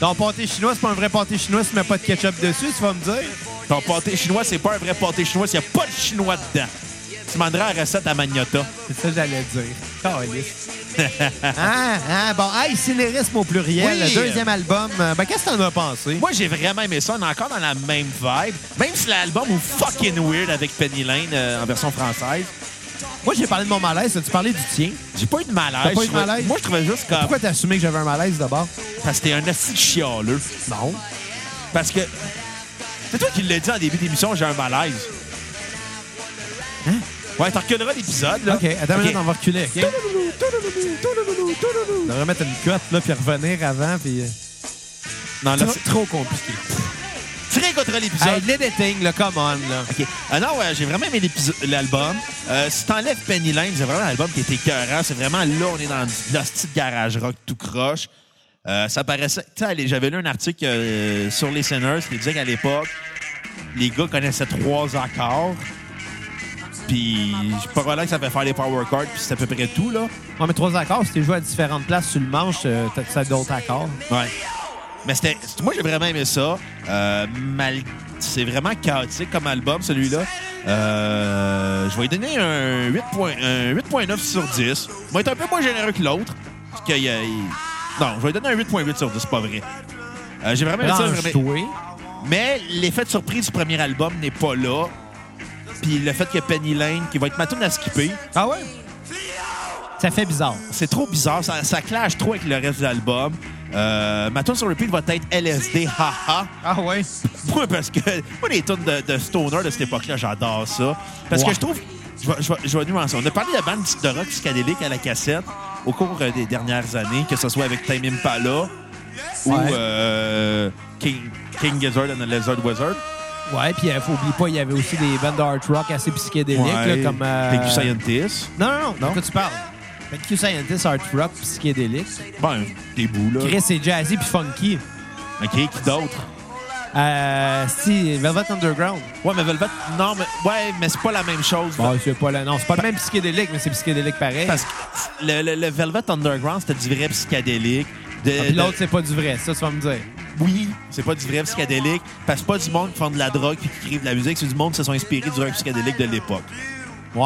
[SPEAKER 1] Ton pâté chinois, c'est pas un vrai pâté chinois si tu mets pas de ketchup dessus, tu vas me dire?
[SPEAKER 2] Ton pâté chinois, c'est pas un vrai pâté chinois s'il n'y a pas de chinois dedans. Tu demanderas la recette à Magnota.
[SPEAKER 1] C'est ça que j'allais dire. Caliste. hein, hein, bon, hey, cinérisme au pluriel,
[SPEAKER 2] Oui.
[SPEAKER 1] deuxième album. Ben, qu'est-ce que t'en as pensé?
[SPEAKER 2] Moi, j'ai vraiment aimé ça. On est encore dans la même vibe. Même si l'album est fucking weird avec Penny Lane euh, en version française,
[SPEAKER 1] Moi, j'ai parlé de mon malaise, tu parlais du tien.
[SPEAKER 2] j'ai pas eu de malaise.
[SPEAKER 1] T'as pas eu de
[SPEAKER 2] Je trouvais-
[SPEAKER 1] malaise?
[SPEAKER 2] Moi, je trouvais juste comme...
[SPEAKER 1] Pourquoi t'as assumé que j'avais un malaise d'abord?
[SPEAKER 2] Parce que t'es un assis de chialeux.
[SPEAKER 1] Non.
[SPEAKER 2] Parce que... C'est toi qui l'as dit en début d'émission, j'ai un malaise. Hein? Ouais, t'en reculeras l'épisode, là.
[SPEAKER 1] OK, attends une
[SPEAKER 2] Ok.
[SPEAKER 1] minute, on va reculer. OK? On devrait mettre une cote, là, puis revenir avant, puis... euh,
[SPEAKER 2] Non, là,
[SPEAKER 1] c'est
[SPEAKER 2] c'est...
[SPEAKER 1] trop compliqué.
[SPEAKER 2] Tu réécouteras l'épisode.
[SPEAKER 1] Hey, l'editing, là, come on, là.
[SPEAKER 2] OK. Ah non, ouais, j'ai vraiment aimé l'épiso- l'album. Euh, si t'enlèves Penny Lane, c'est vraiment un album qui était écœurant. C'est vraiment là, on est dans du- dans ce type garage rock tout croche. Euh, ça paraissait. Tu sais, allez, j'avais lu un article euh, sur les Sinners qui disait qu'à l'époque, les gars connaissaient trois accords. Puis, je suis pas relais que ça fait faire les power chords, puis c'est à peu près tout, là.
[SPEAKER 1] On met trois accords. Si tu joues à différentes places sur le manche, euh, t'as t'as d'autres accords.
[SPEAKER 2] Ouais. Mais c'était. c'est- Moi, j'ai vraiment aimé ça. Euh, mal- C'est vraiment chaotique comme album, celui-là. Euh, je vais lui donner un 8 point- un 8.9 sur 10. Il va être un peu moins généreux que l'autre. parce que, euh, il- Non, je vais lui donner un 8.8 sur 10, c'est pas vrai. Euh, j'ai vraiment aimé ça. j'ai vraiment-
[SPEAKER 1] Range-toi.
[SPEAKER 2] Mais l'effet de surprise du premier album n'est pas là. Puis le fait que Penny Lane, qui va être ma tune à skipper,
[SPEAKER 1] Ah ouais? Ça fait bizarre.
[SPEAKER 2] c'est trop bizarre. Ça, ça clash trop avec le reste de l'album. Euh, ma tune sur repeat va être LSD, haha.
[SPEAKER 1] Ah ouais?
[SPEAKER 2] Moi, parce que moi, les tunes de, de Stoner de cette époque-là, j'adore ça. Parce
[SPEAKER 1] Ouais.
[SPEAKER 2] que je trouve. Je vais- je vais- je vais nuancer. On a parlé de bandes de rock psychédélique à la cassette au cours euh, des dernières années, que ce soit avec Tame Impala ou
[SPEAKER 1] Ouais.
[SPEAKER 2] euh, King, King Gizzard and the Lizard Wizard.
[SPEAKER 1] Ouais, puis euh, faut oublier pas, il y avait aussi des bandes d'art rock assez psychédéliques,
[SPEAKER 2] Ouais.
[SPEAKER 1] là, comme... euh,
[SPEAKER 2] Thank You Scientist.
[SPEAKER 1] Non, non, non.
[SPEAKER 2] Non?
[SPEAKER 1] De quoi tu parles? Fait que Q Scientist, art rock, psychédélique.
[SPEAKER 2] Ben, des bouts, là.
[SPEAKER 1] Chris, c'est jazzy puis funky.
[SPEAKER 2] OK, qui d'autre?
[SPEAKER 1] Euh, si, Velvet Underground.
[SPEAKER 2] Ouais, mais Velvet. Non, mais. Ouais, mais c'est pas la même chose.
[SPEAKER 1] Bon, c'est pas le, non, c'est pas le même psychédélique, mais c'est psychédélique pareil.
[SPEAKER 2] Parce que le, le- le Velvet Underground, c'était du vrai psychédélique. De,
[SPEAKER 1] Ah, puis
[SPEAKER 2] de-
[SPEAKER 1] l'autre, c'est pas du vrai, ça, tu vas me dire.
[SPEAKER 2] oui, c'est pas du vrai psychédélique, parce que c'est pas du monde qui font de la drogue puis qui crée de la musique, c'est du monde qui se sont inspirés du rock psychédélique de l'époque.
[SPEAKER 1] Ouais.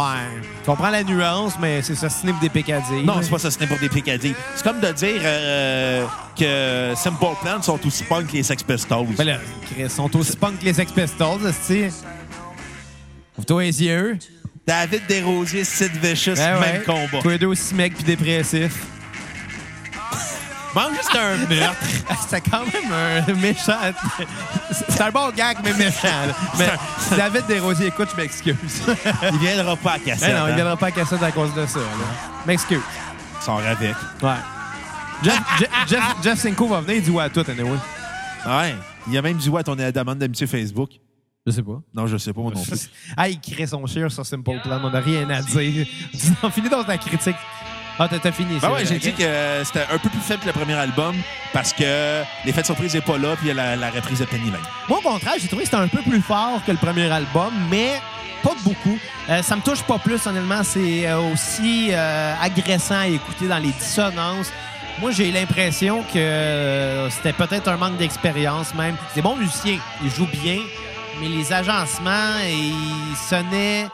[SPEAKER 1] Je comprends la nuance, mais c'est ça, snip des pécadilles.
[SPEAKER 2] Non, c'est pas ça, c'est n'importe des pécadilles. C'est comme de dire euh, que Simple Plan sont aussi punk que les Sex Pistols.
[SPEAKER 1] Ben là, Chris, ils sont aussi punk que les Sex Pistols, esti. Ouvre-toi les yeux.
[SPEAKER 2] David Desrosiers, Sid Vicious,
[SPEAKER 1] Ben
[SPEAKER 2] même
[SPEAKER 1] ouais.
[SPEAKER 2] combat.
[SPEAKER 1] Tous les deux aussi mecs puis dépressifs.
[SPEAKER 2] Manque juste un meurtre.
[SPEAKER 1] C'est quand même un méchant. C'est un bon gag, mais méchant. là. Mais
[SPEAKER 2] C'est un-
[SPEAKER 1] si David Desrosiers écoute, je m'excuse.
[SPEAKER 2] Il Ben viendra pas à hein. casser.
[SPEAKER 1] Mais non, il viendra pas à cassette à cause de ça. là. M'excuse.
[SPEAKER 2] Ils sont avec.
[SPEAKER 1] Ouais. Jeff, Jeff, Jeff, Jeff Cinco va venir, il dit ouais à tout, anyway.
[SPEAKER 2] Ouais. Il a même dit ouais à ton demande d'amitié Facebook.
[SPEAKER 1] Je sais pas.
[SPEAKER 2] Non, je sais pas, moi non plus.
[SPEAKER 1] Ah, il crée son chien sur Simple Plan, on n'a rien à dire. On finit dans ta critique. Ah, t'as t'as fini.
[SPEAKER 2] Ben
[SPEAKER 1] c'est
[SPEAKER 2] ouais,
[SPEAKER 1] vrai,
[SPEAKER 2] j'ai dit
[SPEAKER 1] ok.
[SPEAKER 2] que c'était un peu plus faible que le premier album parce que l'effet de surprise n'est pas là, puis il y a la, la reprise de Penny Lane.
[SPEAKER 1] Moi, au contraire, j'ai trouvé que c'était un peu plus fort que le premier album, mais pas de beaucoup. Euh, ça me touche pas plus, honnêtement. C'est euh, aussi euh, agressant à écouter dans les dissonances. Moi, j'ai l'impression que euh, c'était peut-être un manque d'expérience même. C'est bon musicien, il joue bien, mais les agencements, ils sonnaient...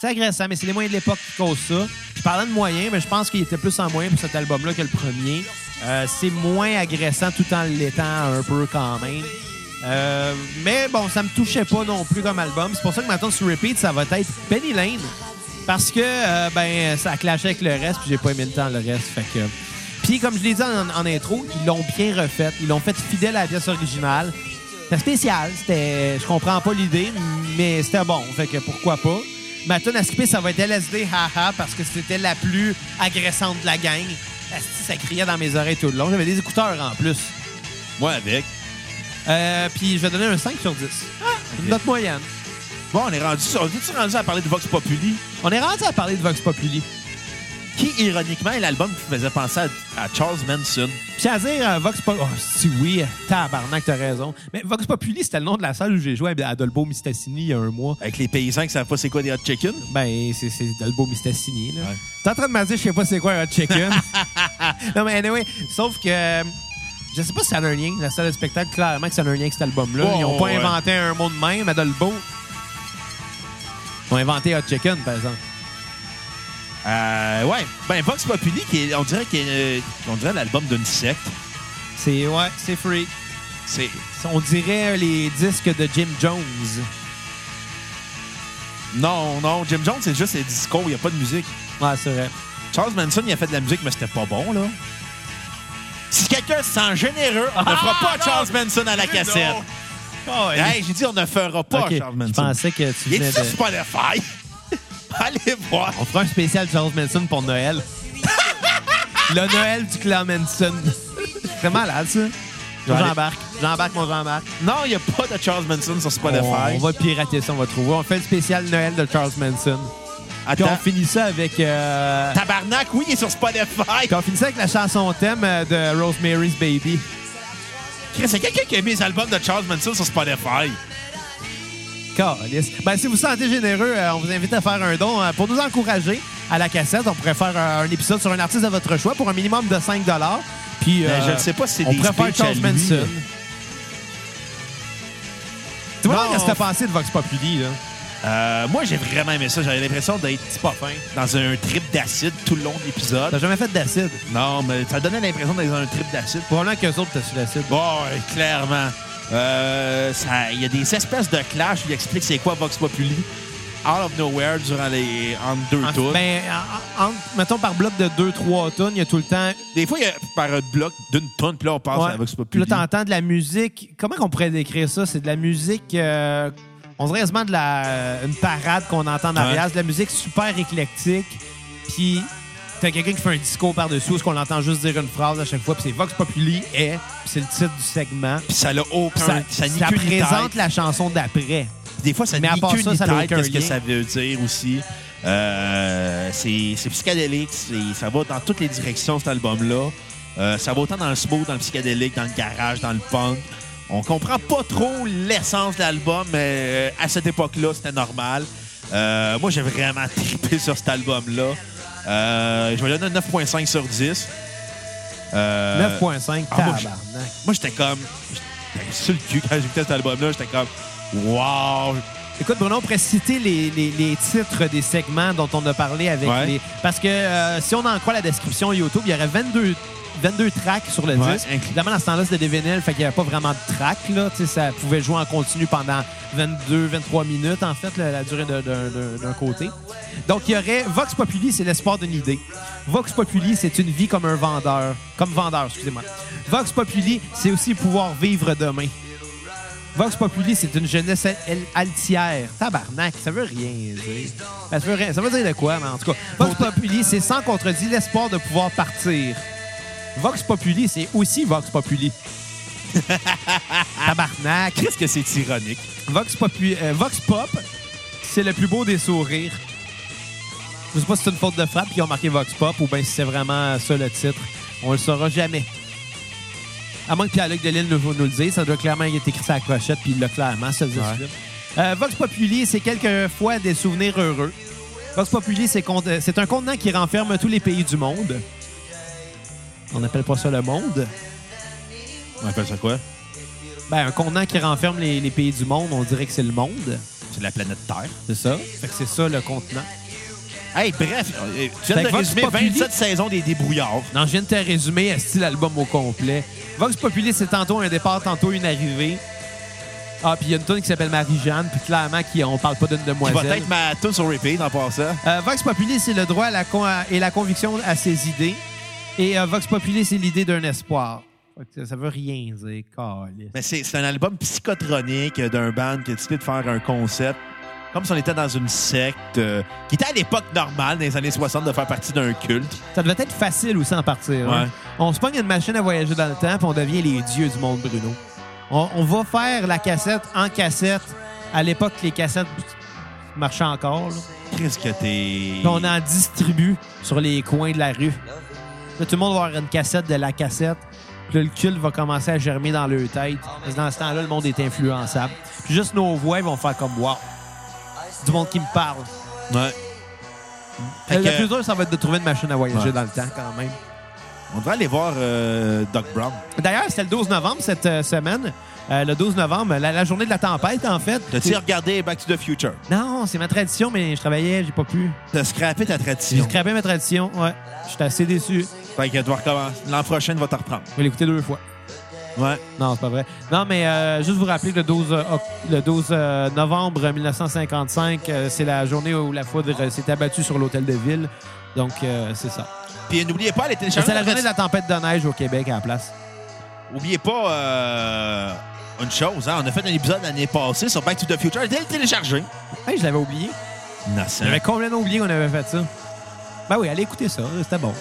[SPEAKER 1] C'est agressant, mais c'est les moyens de l'époque qui causent ça. Puis parlant de moyens, mais je pense qu'il était plus en moyens pour cet album-là que le premier. Euh, c'est moins agressant tout en l'étant un peu quand même. Euh, mais bon, ça me touchait pas non plus comme album. C'est pour ça que maintenant sur Repeat, ça va être Penny Lane. Parce que euh, ben ça clashait avec le reste, puis j'ai pas aimé le temps le reste. Fait que. Puis comme je l'ai dit en, en intro, ils l'ont bien refait. Ils l'ont fait fidèle à la pièce originale. C'était spécial, c'était. Je comprends pas l'idée, mais c'était bon. Fait que pourquoi pas. Ma tune à skipper, ça va être LSD haha parce que c'était la plus agressante de la gang. Asti, Ça criait dans mes oreilles tout le long. J'avais des écouteurs en plus.
[SPEAKER 2] Moi avec.
[SPEAKER 1] Euh, puis je vais donner un 5 sur 10. Une note moyenne.
[SPEAKER 2] Bon, on est rendu. On est rendu à parler de Vox Populi,
[SPEAKER 1] On est rendu à parler de Vox Populi.
[SPEAKER 2] qui ironiquement est l'album qui faisait penser à, à Charles Manson.
[SPEAKER 1] Puis à dire euh, Vox Populi. Oh, si oui, tabarnak, t'as raison. Mais Vox Populi, c'était le nom de la salle où j'ai joué à Dolbo Mistassini il y a un mois.
[SPEAKER 2] Avec les paysans qui savent pas c'est quoi des hot chicken.
[SPEAKER 1] Ben, c'est c'est Dolbo Mistassini, là.
[SPEAKER 2] Ouais.
[SPEAKER 1] T'es en train de me dire, je sais pas c'est quoi un hot chicken. non, mais anyway, sauf que. Je sais pas si ça a un lien, la salle de spectacle, clairement que ça a un lien avec cet album-là.
[SPEAKER 2] Oh,
[SPEAKER 1] Ils ont pas
[SPEAKER 2] ouais.
[SPEAKER 1] inventé un mot de même à Dolbo. Ils ont inventé Hot Chicken, par exemple.
[SPEAKER 2] Euh, ouais. Ben, Vox Populi, qui est- on dirait qu'il est, euh, on dirait l'album d'une secte.
[SPEAKER 1] C'est, ouais, c'est freak.
[SPEAKER 2] C'est.
[SPEAKER 1] On dirait les disques de Jim Jones.
[SPEAKER 2] Non, non. Jim Jones, c'est juste les discos. Il n'y a pas de musique.
[SPEAKER 1] Ouais, c'est vrai.
[SPEAKER 2] Charles Manson, il a fait de la musique, mais c'était pas bon, là. Si quelqu'un se sent généreux, on ne
[SPEAKER 1] Ah,
[SPEAKER 2] fera pas
[SPEAKER 1] non!
[SPEAKER 2] Charles Manson à la cassette. Hey, j'ai dit, on ne fera Oh, pas
[SPEAKER 1] Ok,
[SPEAKER 2] Charles
[SPEAKER 1] Je
[SPEAKER 2] Manson.
[SPEAKER 1] pensais que tu
[SPEAKER 2] Il
[SPEAKER 1] venais
[SPEAKER 2] est sur
[SPEAKER 1] de...
[SPEAKER 2] Spotify. Allez voir.
[SPEAKER 1] On fera un spécial Charles Manson pour Noël. Le Noël du clan Manson. C'est malade, ça. J'embarque. J'embarque, mon j'embarque.
[SPEAKER 2] Non, il n'y a pas de Charles Manson sur
[SPEAKER 1] On,
[SPEAKER 2] Spotify.
[SPEAKER 1] on va pirater ça, on va trouver. On fait le spécial Noël de Charles Manson. Puis on
[SPEAKER 2] Attends.
[SPEAKER 1] finit ça avec... euh,
[SPEAKER 2] Tabarnak, oui, il est sur Spotify.
[SPEAKER 1] puis on finit ça avec la chanson thème euh, de Rosemary's Baby.
[SPEAKER 2] Chris, C'est quelqu'un qui a mis les albums de Charles Manson sur Spotify.
[SPEAKER 1] Calisse. Ben, si vous vous sentez généreux, euh, on vous invite à faire un don euh, pour nous encourager à la cassette. On pourrait faire euh, un épisode sur un artiste de votre choix pour un minimum de 5 Puis, euh,
[SPEAKER 2] Ben, je ne sais pas si c'est
[SPEAKER 1] on
[SPEAKER 2] des
[SPEAKER 1] pourrait faire
[SPEAKER 2] speeches à
[SPEAKER 1] Charles
[SPEAKER 2] lui.
[SPEAKER 1] Manson. Tu vois,
[SPEAKER 2] Non.
[SPEAKER 1] qu'est-ce que t'as pensé de Vox Populi, là?
[SPEAKER 2] Euh, moi, j'ai vraiment aimé ça. J'avais l'impression d'être
[SPEAKER 1] C'est pas fin.
[SPEAKER 2] dans un trip d'acide tout le long de
[SPEAKER 1] T'as
[SPEAKER 2] l'épisode.
[SPEAKER 1] jamais fait d'acide.
[SPEAKER 2] Non, mais ça donnait l'impression d'être dans un trip d'acide.
[SPEAKER 1] Probablement qu'eux autres, t'as su l'acide.
[SPEAKER 2] Bon, ouais, clairement. Euh, ça- Il y a des espèces de clash qui expliquent c'est quoi Vox Populi. Out of nowhere durant les entre deux
[SPEAKER 1] En-
[SPEAKER 2] tours.
[SPEAKER 1] ben, en- en- mettons, par bloc de 2-3 tonnes, il y a tout le temps...
[SPEAKER 2] des fois, il y a par un bloc d'une tonne, ben- puis là, on passe
[SPEAKER 1] Ouais.
[SPEAKER 2] à Ah, Vox
[SPEAKER 1] Puis
[SPEAKER 2] Populi.
[SPEAKER 1] là, t'entends de la musique... Comment qu'on pourrait décrire ça? C'est de la musique... euh, on dirait quasiment de la, euh, une parade qu'on entend en arrière.
[SPEAKER 2] Ouais.
[SPEAKER 1] C'est de la musique super éclectique. Puis t'as quelqu'un qui fait un discours par-dessous, ce qu'on l'entend juste dire une phrase à chaque fois. Puis c'est Vox Populi est... Puis c'est le titre du segment.
[SPEAKER 2] Puis ça l'a aucun...
[SPEAKER 1] Puis ça,
[SPEAKER 2] ça
[SPEAKER 1] ça
[SPEAKER 2] nique une
[SPEAKER 1] présente
[SPEAKER 2] tête.
[SPEAKER 1] la chanson d'après.
[SPEAKER 2] Des fois, ça
[SPEAKER 1] Mais à
[SPEAKER 2] nique
[SPEAKER 1] part
[SPEAKER 2] une
[SPEAKER 1] ça, ça n'a
[SPEAKER 2] tête,
[SPEAKER 1] aucun
[SPEAKER 2] qu'est-ce que
[SPEAKER 1] lien.
[SPEAKER 2] ça veut dire aussi. Euh, c'est c'est psychédélique, c'est- ça va dans toutes les directions, cet album-là. Euh, ça va autant dans le smooth, dans le psychédélique, dans le garage, dans le punk. On comprend pas trop l'essence de l'album, mais euh, à cette époque-là, c'était normal. Euh, moi, j'ai vraiment trippé sur cet album-là. Euh, je vais donner un 9.5 sur 10. Euh,
[SPEAKER 1] 9.5, Euh,
[SPEAKER 2] ah, moi,
[SPEAKER 1] tabarnak.
[SPEAKER 2] Moi, j'étais comme. sur le cul quand j'écoutais cet album-là. J'étais comme, wow!
[SPEAKER 1] Écoute, Bruno, on pourrait citer les, les- les titres des segments dont on a parlé avec
[SPEAKER 2] Ouais.
[SPEAKER 1] les. Parce que euh, si on en croit la description YouTube, il y aurait 22, 22 tracks sur le
[SPEAKER 2] Ouais,
[SPEAKER 1] disque.
[SPEAKER 2] inclus-
[SPEAKER 1] Évidemment, dans ce temps-là, c'était des vinyles, fait qu'il n'y avait pas vraiment de tracks. Là. Tu sais, Ça pouvait jouer en continu pendant 22, 23 minutes, en fait, la, la durée de- d'un- d'un d'un côté. Donc, il y aurait Vox Populi, c'est l'espoir d'une idée. Vox Populi, c'est une vie comme un vendeur. Comme vendeur, excusez-moi. Vox Populi, c'est aussi pouvoir vivre demain. Vox Populi, c'est une jeunesse al- altière. Tabarnak, ça veut rien dire. Ça veut, rien- ça veut dire de quoi, mais en tout cas. Vox Populi, c'est sans contredit l'espoir de pouvoir partir. Vox Populi, c'est aussi Vox Populi. Tabarnak.
[SPEAKER 2] Qu'est-ce que c'est ironique?
[SPEAKER 1] Vox, Popu- euh, Vox Pop, c'est le plus beau des sourires. Je sais pas si c'est une faute de frappe qui ont marqué Vox Pop ou bien si c'est vraiment ça le titre. On le saura jamais. À moins que Pierre-Luc Delisle nous, nous le dise, ça doit clairement être écrit sur la crochette, puis il l'a clairement, ça le dit
[SPEAKER 2] Ouais.
[SPEAKER 1] celui-là. Euh, Vox Populi, c'est quelquefois des souvenirs heureux. Vox Populi, c'est con- euh, c'est un contenant qui renferme tous les pays du monde. On n'appelle pas ça le monde.
[SPEAKER 2] On appelle ça quoi?
[SPEAKER 1] Ben, un contenant qui renferme les- les pays du monde, on dirait que c'est le monde.
[SPEAKER 2] C'est la planète Terre.
[SPEAKER 1] C'est ça. Fait que c'est ça le contenant.
[SPEAKER 2] Hey, bref, euh, tu viens
[SPEAKER 1] Fait que
[SPEAKER 2] de
[SPEAKER 1] Vox
[SPEAKER 2] résumer
[SPEAKER 1] Populi-
[SPEAKER 2] 27 saisons des débrouillards.
[SPEAKER 1] Non, je viens de te résumer, style l'album au complet? Vox Populi, c'est tantôt un départ, tantôt une arrivée. Ah, puis il y a une tune qui s'appelle Marie-Jeanne, puis clairement, qui, on parle pas d'une
[SPEAKER 2] Qui va
[SPEAKER 1] demoiselle.
[SPEAKER 2] être ma tune sur repeat en passant.
[SPEAKER 1] Euh, Vox Populi, c'est le droit à la con- à- et la conviction à ses idées. Et euh, Vox Populi, c'est l'idée d'un espoir. Fait que ça- ça veut rien dire, câlisse.
[SPEAKER 2] Mais c'est c'est un album psychotronique euh, d'un band qui a décidé de faire un concept comme si on était dans une secte euh, qui était à l'époque normale, dans les années 60, de faire partie d'un culte.
[SPEAKER 1] Ça devait être facile aussi en partir. hein.
[SPEAKER 2] Ouais.
[SPEAKER 1] On se pogne une machine à voyager dans le temps, puis on devient les dieux du monde, Bruno. On, on va faire la cassette en cassette. À l'époque, les cassettes marchaient encore. là.
[SPEAKER 2] Qu'est-ce que t'es...
[SPEAKER 1] Puis on en distribue sur les coins de la rue. Là, tout le monde va avoir une cassette de la cassette. Puis là, le culte va commencer à germer dans leur tête. Parce que dans ce temps-là, le monde est influençable. Puis juste nos voix ils vont faire comme Wow. Du monde qui me parle.
[SPEAKER 2] Ouais. Fait
[SPEAKER 1] le
[SPEAKER 2] que,
[SPEAKER 1] Euh, plus dur, ça va être de trouver une machine à voyager
[SPEAKER 2] Ouais.
[SPEAKER 1] dans le temps quand même.
[SPEAKER 2] on devrait aller voir euh, Doc Brown.
[SPEAKER 1] D'ailleurs, c'était le 12 novembre cette euh, semaine. Euh, le 12 novembre, la, la journée de la tempête, en fait.
[SPEAKER 2] T'as-tu regardé Back to the Future?
[SPEAKER 1] Non, c'est ma tradition, mais je travaillais, j'ai pas pu.
[SPEAKER 2] T'as scrappé ta
[SPEAKER 1] J'ai
[SPEAKER 2] tradition.
[SPEAKER 1] scrappé ma tradition, ouais. J'étais assez déçu.
[SPEAKER 2] Fait que tu vas recommencer. L'an prochain, tu vas te reprendre.
[SPEAKER 1] Je vais l'écouter deux fois.
[SPEAKER 2] Ouais.
[SPEAKER 1] Non, c'est pas vrai. Non, mais euh, juste vous rappeler que le 12, euh, oct- le 12 euh, novembre 1955, euh, c'est la journée où la foudre euh, s'est abattue sur l'hôtel de ville. Donc, euh, c'est ça.
[SPEAKER 2] Puis n'oubliez pas, les télécharger.
[SPEAKER 1] C'est la journée de la tempête de neige au Québec à la place.
[SPEAKER 2] Oubliez pas euh, une chose, hein, on a fait un épisode l'année passée sur Back to the Future. Allez le télécharger.
[SPEAKER 1] Hey, je l'avais oublié.
[SPEAKER 2] Innocent.
[SPEAKER 1] J'avais complètement oublié qu'on avait fait ça. Ben oui, allez écouter ça, c'était bon.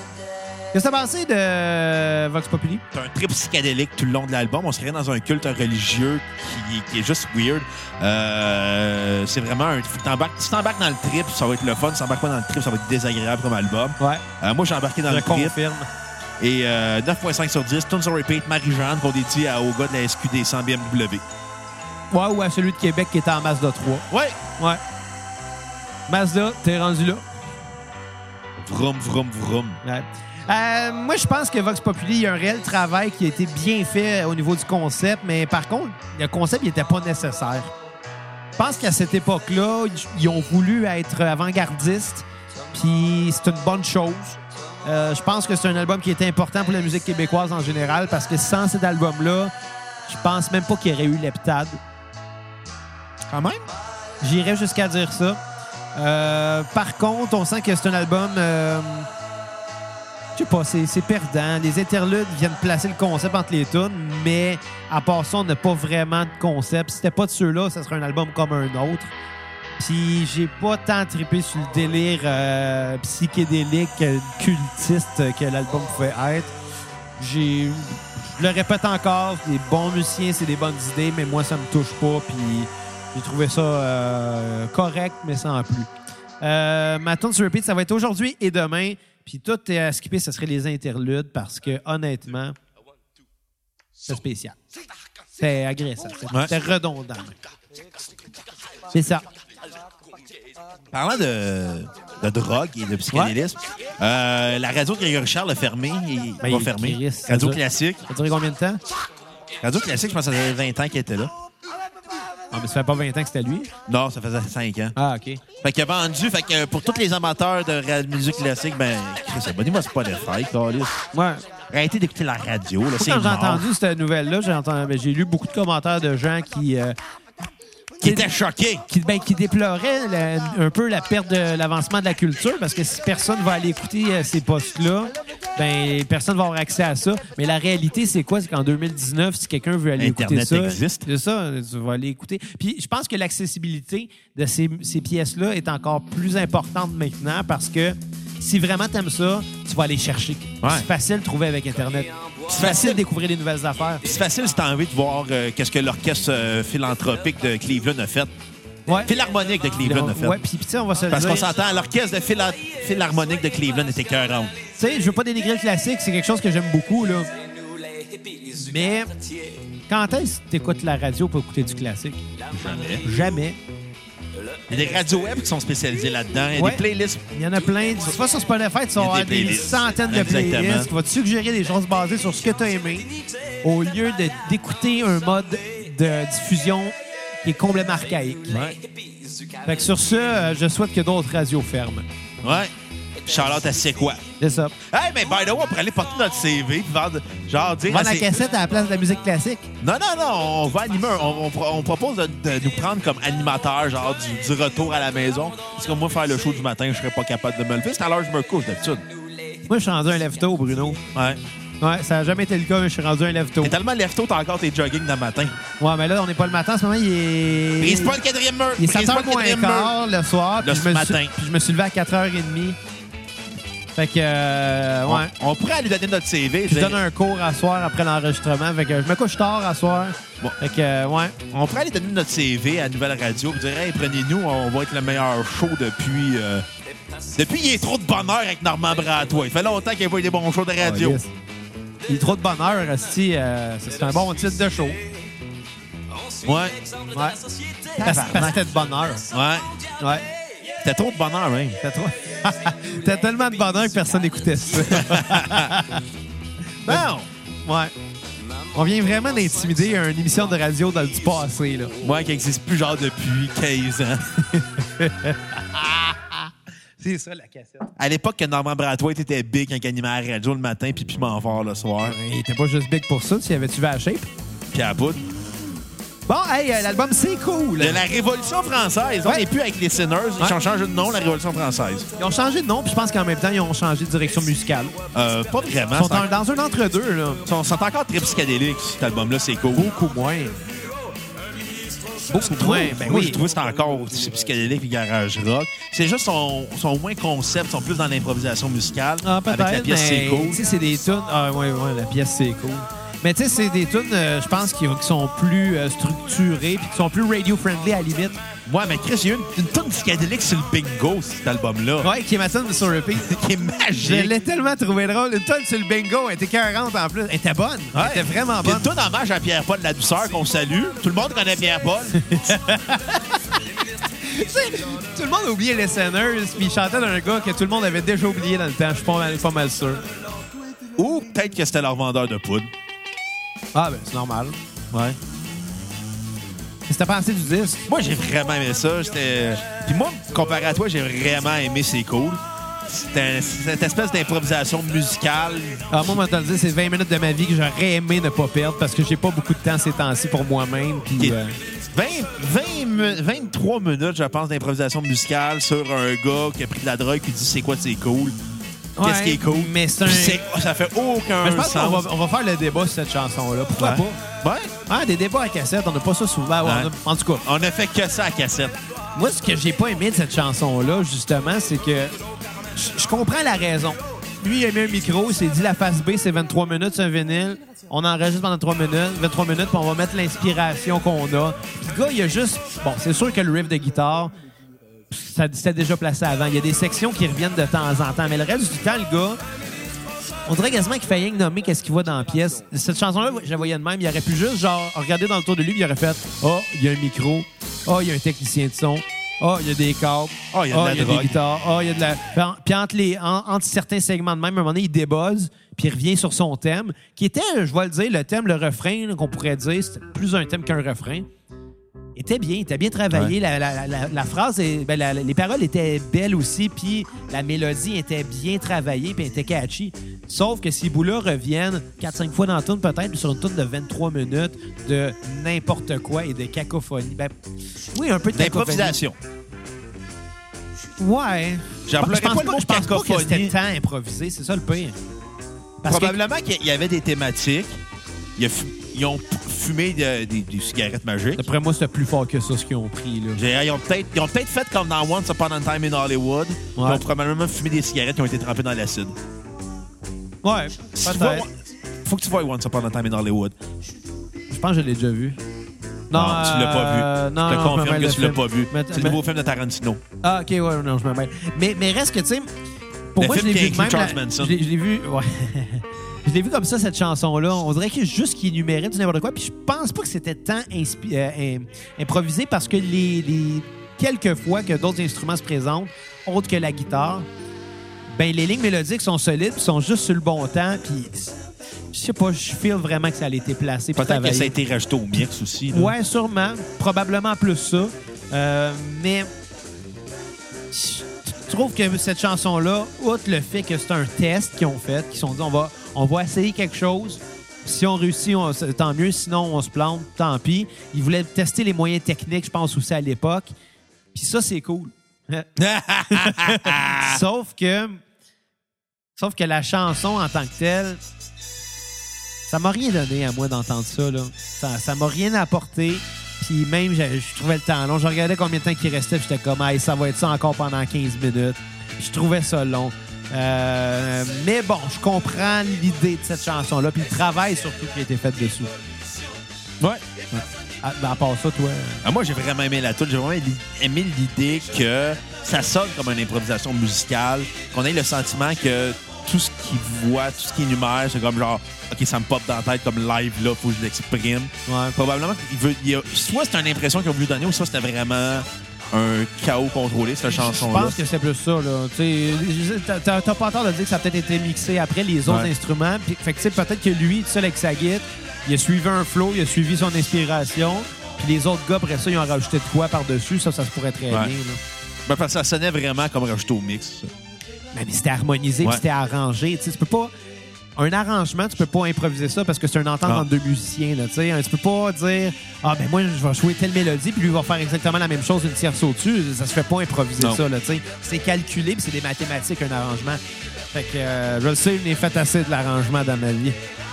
[SPEAKER 1] Qu'est-ce que t'as pensé de euh, Vox Populi?
[SPEAKER 2] T'as un trip psychédélique tout le long de l'album. On serait dans un culte religieux qui, qui est juste weird. Euh, c'est vraiment un. t'embarques- si t'embarques dans le trip, ça va être le fun. Si t'embarques pas dans le trip, ça va être désagréable comme album.
[SPEAKER 1] Ouais,
[SPEAKER 2] Euh, moi, j'ai embarqué dans
[SPEAKER 1] je
[SPEAKER 2] le trip.
[SPEAKER 1] confirme.
[SPEAKER 2] Et euh, 9.5 sur 10, Tunes on Repeat, Marie-Jeanne, qu'on dédie à- au gars de la SQD 100 BMW.
[SPEAKER 1] Ouais, ou à celui de Québec qui était en Mazda 3.
[SPEAKER 2] Ouais!
[SPEAKER 1] Ouais. Mazda, t'es rendu là.
[SPEAKER 2] Vroom, vroom, vroom.
[SPEAKER 1] Ouais. Euh, moi, je pense que Vox Populi, il y a un réel travail qui a été bien fait au niveau du concept, mais par contre, le concept, il n'était pas nécessaire. Je pense qu'à cette époque-là, ils ont voulu être avant-gardistes, puis c'est une bonne chose. Euh, je pense que c'est un album qui était important pour la musique québécoise en général, parce que sans cet album-là, je pense même pas qu'il y aurait eu l'heptade.
[SPEAKER 2] Quand même?
[SPEAKER 1] J'irais jusqu'à dire ça. Euh, par contre, on sent que c'est un album. euh, je sais pas, c'est c'est perdant. Les interludes viennent placer le concept entre les tunes, mais à part ça, on n'a pas vraiment de concept. Si c'était pas de ceux-là, ça serait un album comme un autre. Puis j'ai pas tant trippé sur le délire euh, psychédélique, euh, cultiste que l'album pouvait être. J'ai. Je le répète encore, c'est des bons musiciens, c'est des bonnes idées, mais moi, ça me touche pas. Puis j'ai trouvé ça euh, correct, mais sans plus. Euh, ma tune sur repeat, ça va être aujourd'hui et demain. Puis tout est à skipper, ce serait les interludes parce que honnêtement, c'est spécial. C'est agressant. C'est
[SPEAKER 2] Ouais.
[SPEAKER 1] c'est redondant. C'est ça.
[SPEAKER 2] Parlant de, de drogue et de psychédélisme, euh, la radio de Grégory Charles a fermé. Il
[SPEAKER 1] Ben,
[SPEAKER 2] va
[SPEAKER 1] il-
[SPEAKER 2] fermer.
[SPEAKER 1] Chris, ça
[SPEAKER 2] Radio
[SPEAKER 1] dure-
[SPEAKER 2] classique.
[SPEAKER 1] Ça a duré combien de temps?
[SPEAKER 2] Radio Classique, je pense que ça faisait 20 ans qu'il était là.
[SPEAKER 1] Ah, mais ça fait pas 20 ans que c'était lui.
[SPEAKER 2] Non, ça faisait 5 ans.
[SPEAKER 1] Ah, OK.
[SPEAKER 2] Fait qu'il a vendu. Fait que pour tous les amateurs de ra- musique classique, ben, Chris, abonnez-moi à Spotify, Carlis.
[SPEAKER 1] Ouais.
[SPEAKER 2] Arrêtez d'écouter la radio, là,
[SPEAKER 1] Moi,
[SPEAKER 2] c'est
[SPEAKER 1] quand j'ai
[SPEAKER 2] mort.
[SPEAKER 1] entendu cette nouvelle-là, j'ai entendu- ben, j'ai lu beaucoup de commentaires de gens qui, euh,
[SPEAKER 2] Qui était choqué.
[SPEAKER 1] qui, ben, qui déploraient la- un peu la perte de l'avancement de la culture parce que si personne va aller écouter euh, ces postes-là, ben personne va avoir accès à ça. Mais la réalité, c'est quoi? C'est qu'en 2019, si quelqu'un veut aller écouter
[SPEAKER 2] Internet
[SPEAKER 1] ça...
[SPEAKER 2] existe.
[SPEAKER 1] C'est ça, tu vas aller écouter. Puis je pense que l'accessibilité de ces, ces pièces-là est encore plus importante maintenant parce que si vraiment t'aimes ça, tu vas aller chercher.
[SPEAKER 2] Ouais.
[SPEAKER 1] C'est facile de trouver avec Internet. C'est facile de découvrir les nouvelles affaires.
[SPEAKER 2] C'est facile si t'as envie de voir euh, qu'est-ce que l'orchestre euh, philanthropique de Cleveland a fait.
[SPEAKER 1] Ouais.
[SPEAKER 2] Philharmonique de Cleveland a fait.
[SPEAKER 1] Ouais, puis tu sais, on va se le
[SPEAKER 2] Parce qu'on
[SPEAKER 1] dire.
[SPEAKER 2] s'entend, l'orchestre de phila- philharmonique de Cleveland était cœurante.
[SPEAKER 1] Tu sais, je veux pas dénigrer le classique, c'est quelque chose que j'aime beaucoup, là. Mais quand est-ce que t'écoutes la radio pour écouter du classique?
[SPEAKER 2] Jamais.
[SPEAKER 1] Jamais.
[SPEAKER 2] Il y a des radios web qui sont spécialisées là-dedans. Il y a
[SPEAKER 1] Ouais.
[SPEAKER 2] des playlists.
[SPEAKER 1] Il y en a plein. Tu vas sur Spotify, tu vas
[SPEAKER 2] Il y a
[SPEAKER 1] avoir
[SPEAKER 2] des
[SPEAKER 1] des,
[SPEAKER 2] playlists.
[SPEAKER 1] centaines de
[SPEAKER 2] Exactement.
[SPEAKER 1] playlists qui vont te suggérer des choses basées sur ce que tu as aimé au lieu de- d'écouter un mode de diffusion qui est complètement archaïque. Fait que sur ce, euh, je souhaite que d'autres radios ferment.
[SPEAKER 2] Ouais. Charlotte, elle sait quoi.
[SPEAKER 1] C'est ça.
[SPEAKER 2] Hey, mais by the way, on pourrait aller porter notre CV puis vendre, genre, dire. à
[SPEAKER 1] Vendre la
[SPEAKER 2] ces-
[SPEAKER 1] cassette à la place de la musique classique.
[SPEAKER 2] Non, non, non, on va animer. un- On, on pro- on propose de, de nous prendre comme animateur, genre, du, du retour à la maison. Parce que moi, faire le show du matin, je serais pas capable de me lever. C'est à l'heure que je me couche, d'habitude.
[SPEAKER 1] Moi, je suis rendu un lève-tôt, Bruno.
[SPEAKER 2] Ouais.
[SPEAKER 1] Ouais, ça n'a jamais été le cas, mais je suis rendu un lève-tôt.
[SPEAKER 2] T'es tellement lève tôt, t'as encore tes jogging le matin.
[SPEAKER 1] Ouais, mais là, on n'est pas le matin. En ce moment, il est.
[SPEAKER 2] Brise pas le quatrième mur!
[SPEAKER 1] Il est
[SPEAKER 2] brise pas
[SPEAKER 1] 7h
[SPEAKER 2] le quatrième
[SPEAKER 1] moins
[SPEAKER 2] mur!
[SPEAKER 1] quart le soir.
[SPEAKER 2] Le
[SPEAKER 1] puis je me suis-
[SPEAKER 2] matin.
[SPEAKER 1] Puis je me suis levé à 4h30. Fait que, euh, ouais.
[SPEAKER 2] On, on pourrait aller donner notre CV.
[SPEAKER 1] Je
[SPEAKER 2] dire-
[SPEAKER 1] donne un cours à soir après l'enregistrement. Fait que je me couche tard à soir.
[SPEAKER 2] Bon.
[SPEAKER 1] Fait que, euh, ouais.
[SPEAKER 2] On pourrait aller donner notre CV à Nouvelle Radio et dire Hey, prenez-nous, on va être le meilleur show depuis. euh, Depuis, il est trop de bonheur avec Normand Bratois. Il fait longtemps qu'il n'y a pas eu des bons shows de radio.
[SPEAKER 1] Ah, yes. Il est trop de bonheur, Asti. euh, c'est un bon titre de show. Ouais.
[SPEAKER 2] Ouais.
[SPEAKER 1] Parce parce que c'était de bonheur.
[SPEAKER 2] Ouais.
[SPEAKER 1] Ouais.
[SPEAKER 2] T'as trop de hein. bonheur, même.
[SPEAKER 1] T'as trop... T'as tellement de bonheur que personne n'écoutait ça.
[SPEAKER 2] Non!
[SPEAKER 1] Ouais. On vient vraiment d'intimider une émission de radio dans le du passé, là.
[SPEAKER 2] Moi, qui n'existe plus, genre, depuis 15 ans.
[SPEAKER 1] C'est ça, la cassette.
[SPEAKER 2] À l'époque, que Normand Bratois était big quand il animait à la radio le matin puis piment fort le soir. hein,
[SPEAKER 1] Il était pas juste big pour ça, tu avais-tu vu à la shape?
[SPEAKER 2] Puis à bout.
[SPEAKER 1] Bon, hey, euh, l'album, c'est cool.
[SPEAKER 2] De la Révolution française. On
[SPEAKER 1] Ouais.
[SPEAKER 2] n'est plus avec les Sinners. Ils
[SPEAKER 1] Ouais.
[SPEAKER 2] ont changé de nom, la Révolution française.
[SPEAKER 1] Ils ont changé de nom, puis je pense qu'en même temps, ils ont changé de direction musicale.
[SPEAKER 2] Euh, pas
[SPEAKER 1] Ils
[SPEAKER 2] vraiment.
[SPEAKER 1] sont
[SPEAKER 2] c'est en-
[SPEAKER 1] en- dans un entre-deux, là.
[SPEAKER 2] Ils sont, sont encore très psychédéliques, cet album-là, c'est cool.
[SPEAKER 1] Beaucoup moins. Beaucoup moins, ben
[SPEAKER 2] Moi,
[SPEAKER 1] oui.
[SPEAKER 2] je trouve que c'est encore aussi psychédélique et garage rock. C'est juste son, son moins concept, sont plus dans l'improvisation musicale.
[SPEAKER 1] Ah,
[SPEAKER 2] avec
[SPEAKER 1] peut-être,
[SPEAKER 2] la pièce
[SPEAKER 1] mais,
[SPEAKER 2] C'est cool.
[SPEAKER 1] Tu sais, c'est des tunes... Ah, ouais, ouais, la pièce, c'est cool. Mais tu sais, c'est des tunes, euh, je pense, qui, qui sont plus euh, structurées, puis qui sont plus radio-friendly, à la limite.
[SPEAKER 2] Ouais, mais Chris, il y a eu une, une tonne psychédélique sur le bingo, cet album-là.
[SPEAKER 1] Ouais, qui est ma tune sur repeat.
[SPEAKER 2] Qui est
[SPEAKER 1] Je
[SPEAKER 2] magique.
[SPEAKER 1] l'ai tellement trouvé drôle. Une tonne sur le bingo, elle était 40 en plus. Elle était bonne.
[SPEAKER 2] Ouais.
[SPEAKER 1] Elle était vraiment
[SPEAKER 2] Puis
[SPEAKER 1] bonne.
[SPEAKER 2] une tonne hommage à Pierre-Paul de la douceur qu'on salue. Tout le monde connaît Pierre-Paul.
[SPEAKER 1] Tu sais, tout le monde a oublié les Sinners, puis il chantait d'un gars que tout le monde avait déjà oublié dans le temps. Je suis pas mal, pas mal sûr.
[SPEAKER 2] Ou peut-être que c'était leur vendeur de poudre.
[SPEAKER 1] Ah, ben, c'est normal.
[SPEAKER 2] Ouais.
[SPEAKER 1] C'était pensé du disque.
[SPEAKER 2] Moi, j'ai vraiment aimé ça. C'était- Puis moi, comparé à toi, j'ai vraiment aimé C'est cool. C'était un- c'est cette espèce d'improvisation musicale.
[SPEAKER 1] Alors, Ah, moi, moi, te le dire, c'est 20 minutes de ma vie que j'aurais aimé ne pas perdre parce que j'ai pas beaucoup de temps ces temps-ci pour moi-même.
[SPEAKER 2] qui
[SPEAKER 1] Puis,
[SPEAKER 2] est
[SPEAKER 1] euh,
[SPEAKER 2] 20, 20 mi- 23 minutes, je pense, d'improvisation musicale sur un gars qui a pris de la drogue qui dit c'est quoi c'est cool. Qu'est-ce
[SPEAKER 1] ouais,
[SPEAKER 2] qui est cool?
[SPEAKER 1] Mais c'est un.
[SPEAKER 2] Puis c'est- Ça fait aucun
[SPEAKER 1] Mais je pense qu'on
[SPEAKER 2] sens.
[SPEAKER 1] va, on va faire le débat sur cette chanson-là. Pourquoi
[SPEAKER 2] Ouais. Ouais.
[SPEAKER 1] pas? Ah, des débats à cassette, on n'a pas ça souvent. Ouais,
[SPEAKER 2] Ouais.
[SPEAKER 1] on a- en tout cas,
[SPEAKER 2] On a fait que ça à cassette.
[SPEAKER 1] Moi, ce que j'ai pas aimé de cette chanson-là, justement, c'est que je je comprends la raison. Lui, il a mis un micro, il s'est dit la face B, c'est 23 minutes, c'est un vinyle. On enregistre pendant 3 minutes, 23 minutes, puis on va mettre l'inspiration qu'on a. Puis le gars, il a juste. Bon, c'est sûr que le riff de guitare, ça c'était déjà placé avant. Il y a des sections qui reviennent de temps en temps, mais le reste du temps, le gars. On dirait quasiment qu'il fait rien que nommer qu'est-ce qu'il voit dans la pièce. Cette chanson-là, je la voyais de même. Il aurait pu juste, genre, regarder dans le tour de lui, puis il aurait fait Ah, il y a un micro. Ah, il y a un technicien de son. Ah, il y a des câbles.
[SPEAKER 2] Ah, il y a de la
[SPEAKER 1] il y a
[SPEAKER 2] drogue.
[SPEAKER 1] des guitares. Ah, il y a de la. Puis en- Puis entre, les, en- entre certains segments de même, à un moment donné, il débuzz, puis il revient sur son thème, qui était, je vais le dire, le thème, le refrain, là, qu'on pourrait dire, c'était plus un thème qu'un refrain. Était bien, était bien travaillé. La, la- la- la phrase, est- ben, la- les paroles étaient belles aussi, puis la mélodie était bien travaillée, puis elle était catchy. Sauf que ces bouts-là reviennent 4-5 fois dans la tune, peut-être, puis sur une tune de 23 minutes, de n'importe quoi et de cacophonie. Ben, oui, un peu de cacophonie.
[SPEAKER 2] D'improvisation.
[SPEAKER 1] Ouais.
[SPEAKER 2] J'emploierais
[SPEAKER 1] Je pense
[SPEAKER 2] pas le mot
[SPEAKER 1] je pense pas que
[SPEAKER 2] cacophonie.
[SPEAKER 1] c'était tant improvisé, c'est ça le pire. Parce que
[SPEAKER 2] Probablement qu'il y avait des thématiques. Il y a fu- Ils ont p- fumé de- des, des cigarettes magiques.
[SPEAKER 1] d'après moi, c'était plus fort que ça ce qu'ils ont pris là.
[SPEAKER 2] Je dirais, Ils ont peut-être ils ont peut-être fait comme dans Once Upon a Time in Hollywood. Ils
[SPEAKER 1] Ouais.
[SPEAKER 2] ont probablement fumé des cigarettes qui ont été trempées dans l'acide.
[SPEAKER 1] Ouais,
[SPEAKER 2] Si tu
[SPEAKER 1] peut-être.
[SPEAKER 2] vois- faut que tu vois Once Upon a Time in Hollywood.
[SPEAKER 1] Je pense que je l'ai déjà vu.
[SPEAKER 2] Non, Ah, tu l'as pas
[SPEAKER 1] euh,
[SPEAKER 2] vu.
[SPEAKER 1] non,
[SPEAKER 2] je te
[SPEAKER 1] non, me
[SPEAKER 2] confirme
[SPEAKER 1] mêle
[SPEAKER 2] que
[SPEAKER 1] de
[SPEAKER 2] tu l'as
[SPEAKER 1] film.
[SPEAKER 2] pas vu.
[SPEAKER 1] Mais-
[SPEAKER 2] C'est le
[SPEAKER 1] mais-
[SPEAKER 2] nouveau film de Tarantino.
[SPEAKER 1] Ah, ok, ouais, non, je me mêle. Mais, mais reste que, tu sais, pour
[SPEAKER 2] Le
[SPEAKER 1] moi, je
[SPEAKER 2] film
[SPEAKER 1] l'ai
[SPEAKER 2] qui
[SPEAKER 1] vu de
[SPEAKER 2] inclut
[SPEAKER 1] même. la-
[SPEAKER 2] Charles Manson.
[SPEAKER 1] je l'ai- je l'ai vu, ouais. je l'ai vu comme ça, cette chanson-là. On dirait que juste qu'il énumérait du n'importe quoi. Puis je pense pas que c'était tant inspi- euh, im- improvisé parce que les, les quelques fois que d'autres instruments se présentent, autres que la guitare, ben les lignes mélodiques sont solides, puis sont juste sur le bon temps. Puis je sais pas, je feel vraiment que ça a été placé. puis
[SPEAKER 2] Peut-être que ça a
[SPEAKER 1] travaillé.
[SPEAKER 2] été rajouté au mix aussi. là.
[SPEAKER 1] Ouais, sûrement. Probablement plus ça. Euh, mais je trouve que cette chanson-là, outre le fait que c'est un test qu'ils ont fait, qu'ils se sont dit on va, on va essayer quelque chose. Si on réussit, on- tant mieux. Sinon, on se plante, tant pis. Ils voulaient tester les moyens techniques, je pense aussi à l'époque. Puis ça, c'est cool. Sauf que. Sauf que la chanson en tant que telle, ça m'a rien donné à moi d'entendre ça. Là. Ça ça m'a rien apporté. Puis même, je, je trouvais le temps long. Je regardais combien de temps il restait. puis J'étais comme, Hey, ça va être ça encore pendant 15 minutes. Je trouvais ça long. Euh, mais bon, je comprends l'idée de cette chanson-là. Puis le travail surtout qui a été fait dessous.
[SPEAKER 2] Ouais.
[SPEAKER 1] À, ben, à part ça, toi. euh,
[SPEAKER 2] Ah, moi, j'ai vraiment aimé la tune. J'ai vraiment li- aimé l'idée que ça sonne comme une improvisation musicale, qu'on ait le sentiment que tout ce qu'il voit, tout ce qu'il énumère, c'est comme genre, OK, ça me pop dans la tête comme live, là, faut que je l'exprime.
[SPEAKER 1] ouais.
[SPEAKER 2] Probablement qu'il veut. il y a- soit c'est une impression qu'ils ont voulu donner, ou soit c'était vraiment un chaos contrôlé, cette
[SPEAKER 1] Je
[SPEAKER 2] chanson-là.
[SPEAKER 1] pense que c'est plus ça. là. Tu sais, je- t'as- T'as t'as pas tort de dire que ça a peut-être été mixé après les autres
[SPEAKER 2] Ouais.
[SPEAKER 1] instruments. Puis, fait que, tu sais, peut-être que lui, tout seul avec sa guitare, il a suivi un flow, il a suivi son inspiration. Puis les autres gars, après ça, ils ont rajouté de quoi par-dessus. Ça, ça se pourrait très
[SPEAKER 2] Ouais.
[SPEAKER 1] bien. là.
[SPEAKER 2] Ben, parce que ça sonnait vraiment comme rajouté au mix. ça.
[SPEAKER 1] Ben, Mais, mais c'était harmonisé, puis
[SPEAKER 2] Ouais.
[SPEAKER 1] c'était arrangé. Tu sais, tu peux pas... Un arrangement, tu peux pas improviser ça parce que c'est une entente
[SPEAKER 2] Non.
[SPEAKER 1] entre deux musiciens. Là, tu sais. hein, tu peux pas dire « Ah, ben moi, je vais jouer telle mélodie, puis lui va faire exactement la même chose, une tierce au-dessus. » Ça se fait pas improviser
[SPEAKER 2] Non.
[SPEAKER 1] ça. là, tu sais. C'est calculé, puis c'est des mathématiques, un arrangement. Fait que, euh, je le sais, il est fait assez de l'arrangement dans ma vie.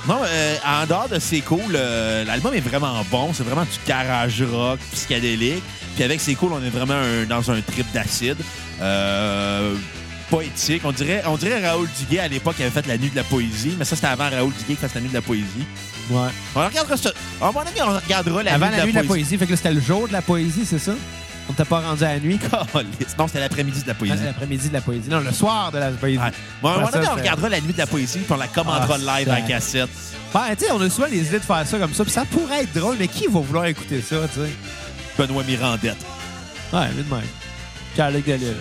[SPEAKER 2] Non, euh, en dehors de C'est cool, euh, l'album est vraiment bon. C'est vraiment du garage rock psychédélique. Puis avec C'est cool, on est vraiment un- dans un trip d'acide. Euh, poétique. On dirait, on dirait Raoul Duguay à l'époque qui avait fait la nuit de la poésie, mais ça c'était avant Raoul Duguay qui fasse la nuit de la poésie.
[SPEAKER 1] Ouais.
[SPEAKER 2] On regardera ça. À un moment donné, on regardera la,
[SPEAKER 1] Avant
[SPEAKER 2] nuit,
[SPEAKER 1] la nuit de la
[SPEAKER 2] poésie.
[SPEAKER 1] poésie. Fait que là, c'était le jour de la poésie, c'est ça? On t'a pas rendu à la nuit?
[SPEAKER 2] Caliste. Non, c'était l'après-midi de la
[SPEAKER 1] Ah,
[SPEAKER 2] poésie.
[SPEAKER 1] c'est l'après-midi de la poésie. Non, le soir de la poésie.
[SPEAKER 2] Ouais. Bon, à un
[SPEAKER 1] Ouais,
[SPEAKER 2] moment donné,
[SPEAKER 1] ça,
[SPEAKER 2] on
[SPEAKER 1] c'est-
[SPEAKER 2] regardera la nuit de la poésie puis on la commentera
[SPEAKER 1] Ah,
[SPEAKER 2] live à
[SPEAKER 1] ça.
[SPEAKER 2] cassette.
[SPEAKER 1] Ben, tu sais, on a souvent les idées de faire ça comme ça, puis ça pourrait être drôle, mais qui va vouloir écouter ça, tu sais?
[SPEAKER 2] Benoît Mirandette.
[SPEAKER 1] Ouais, lui de même. Pierre-Luc Delisle.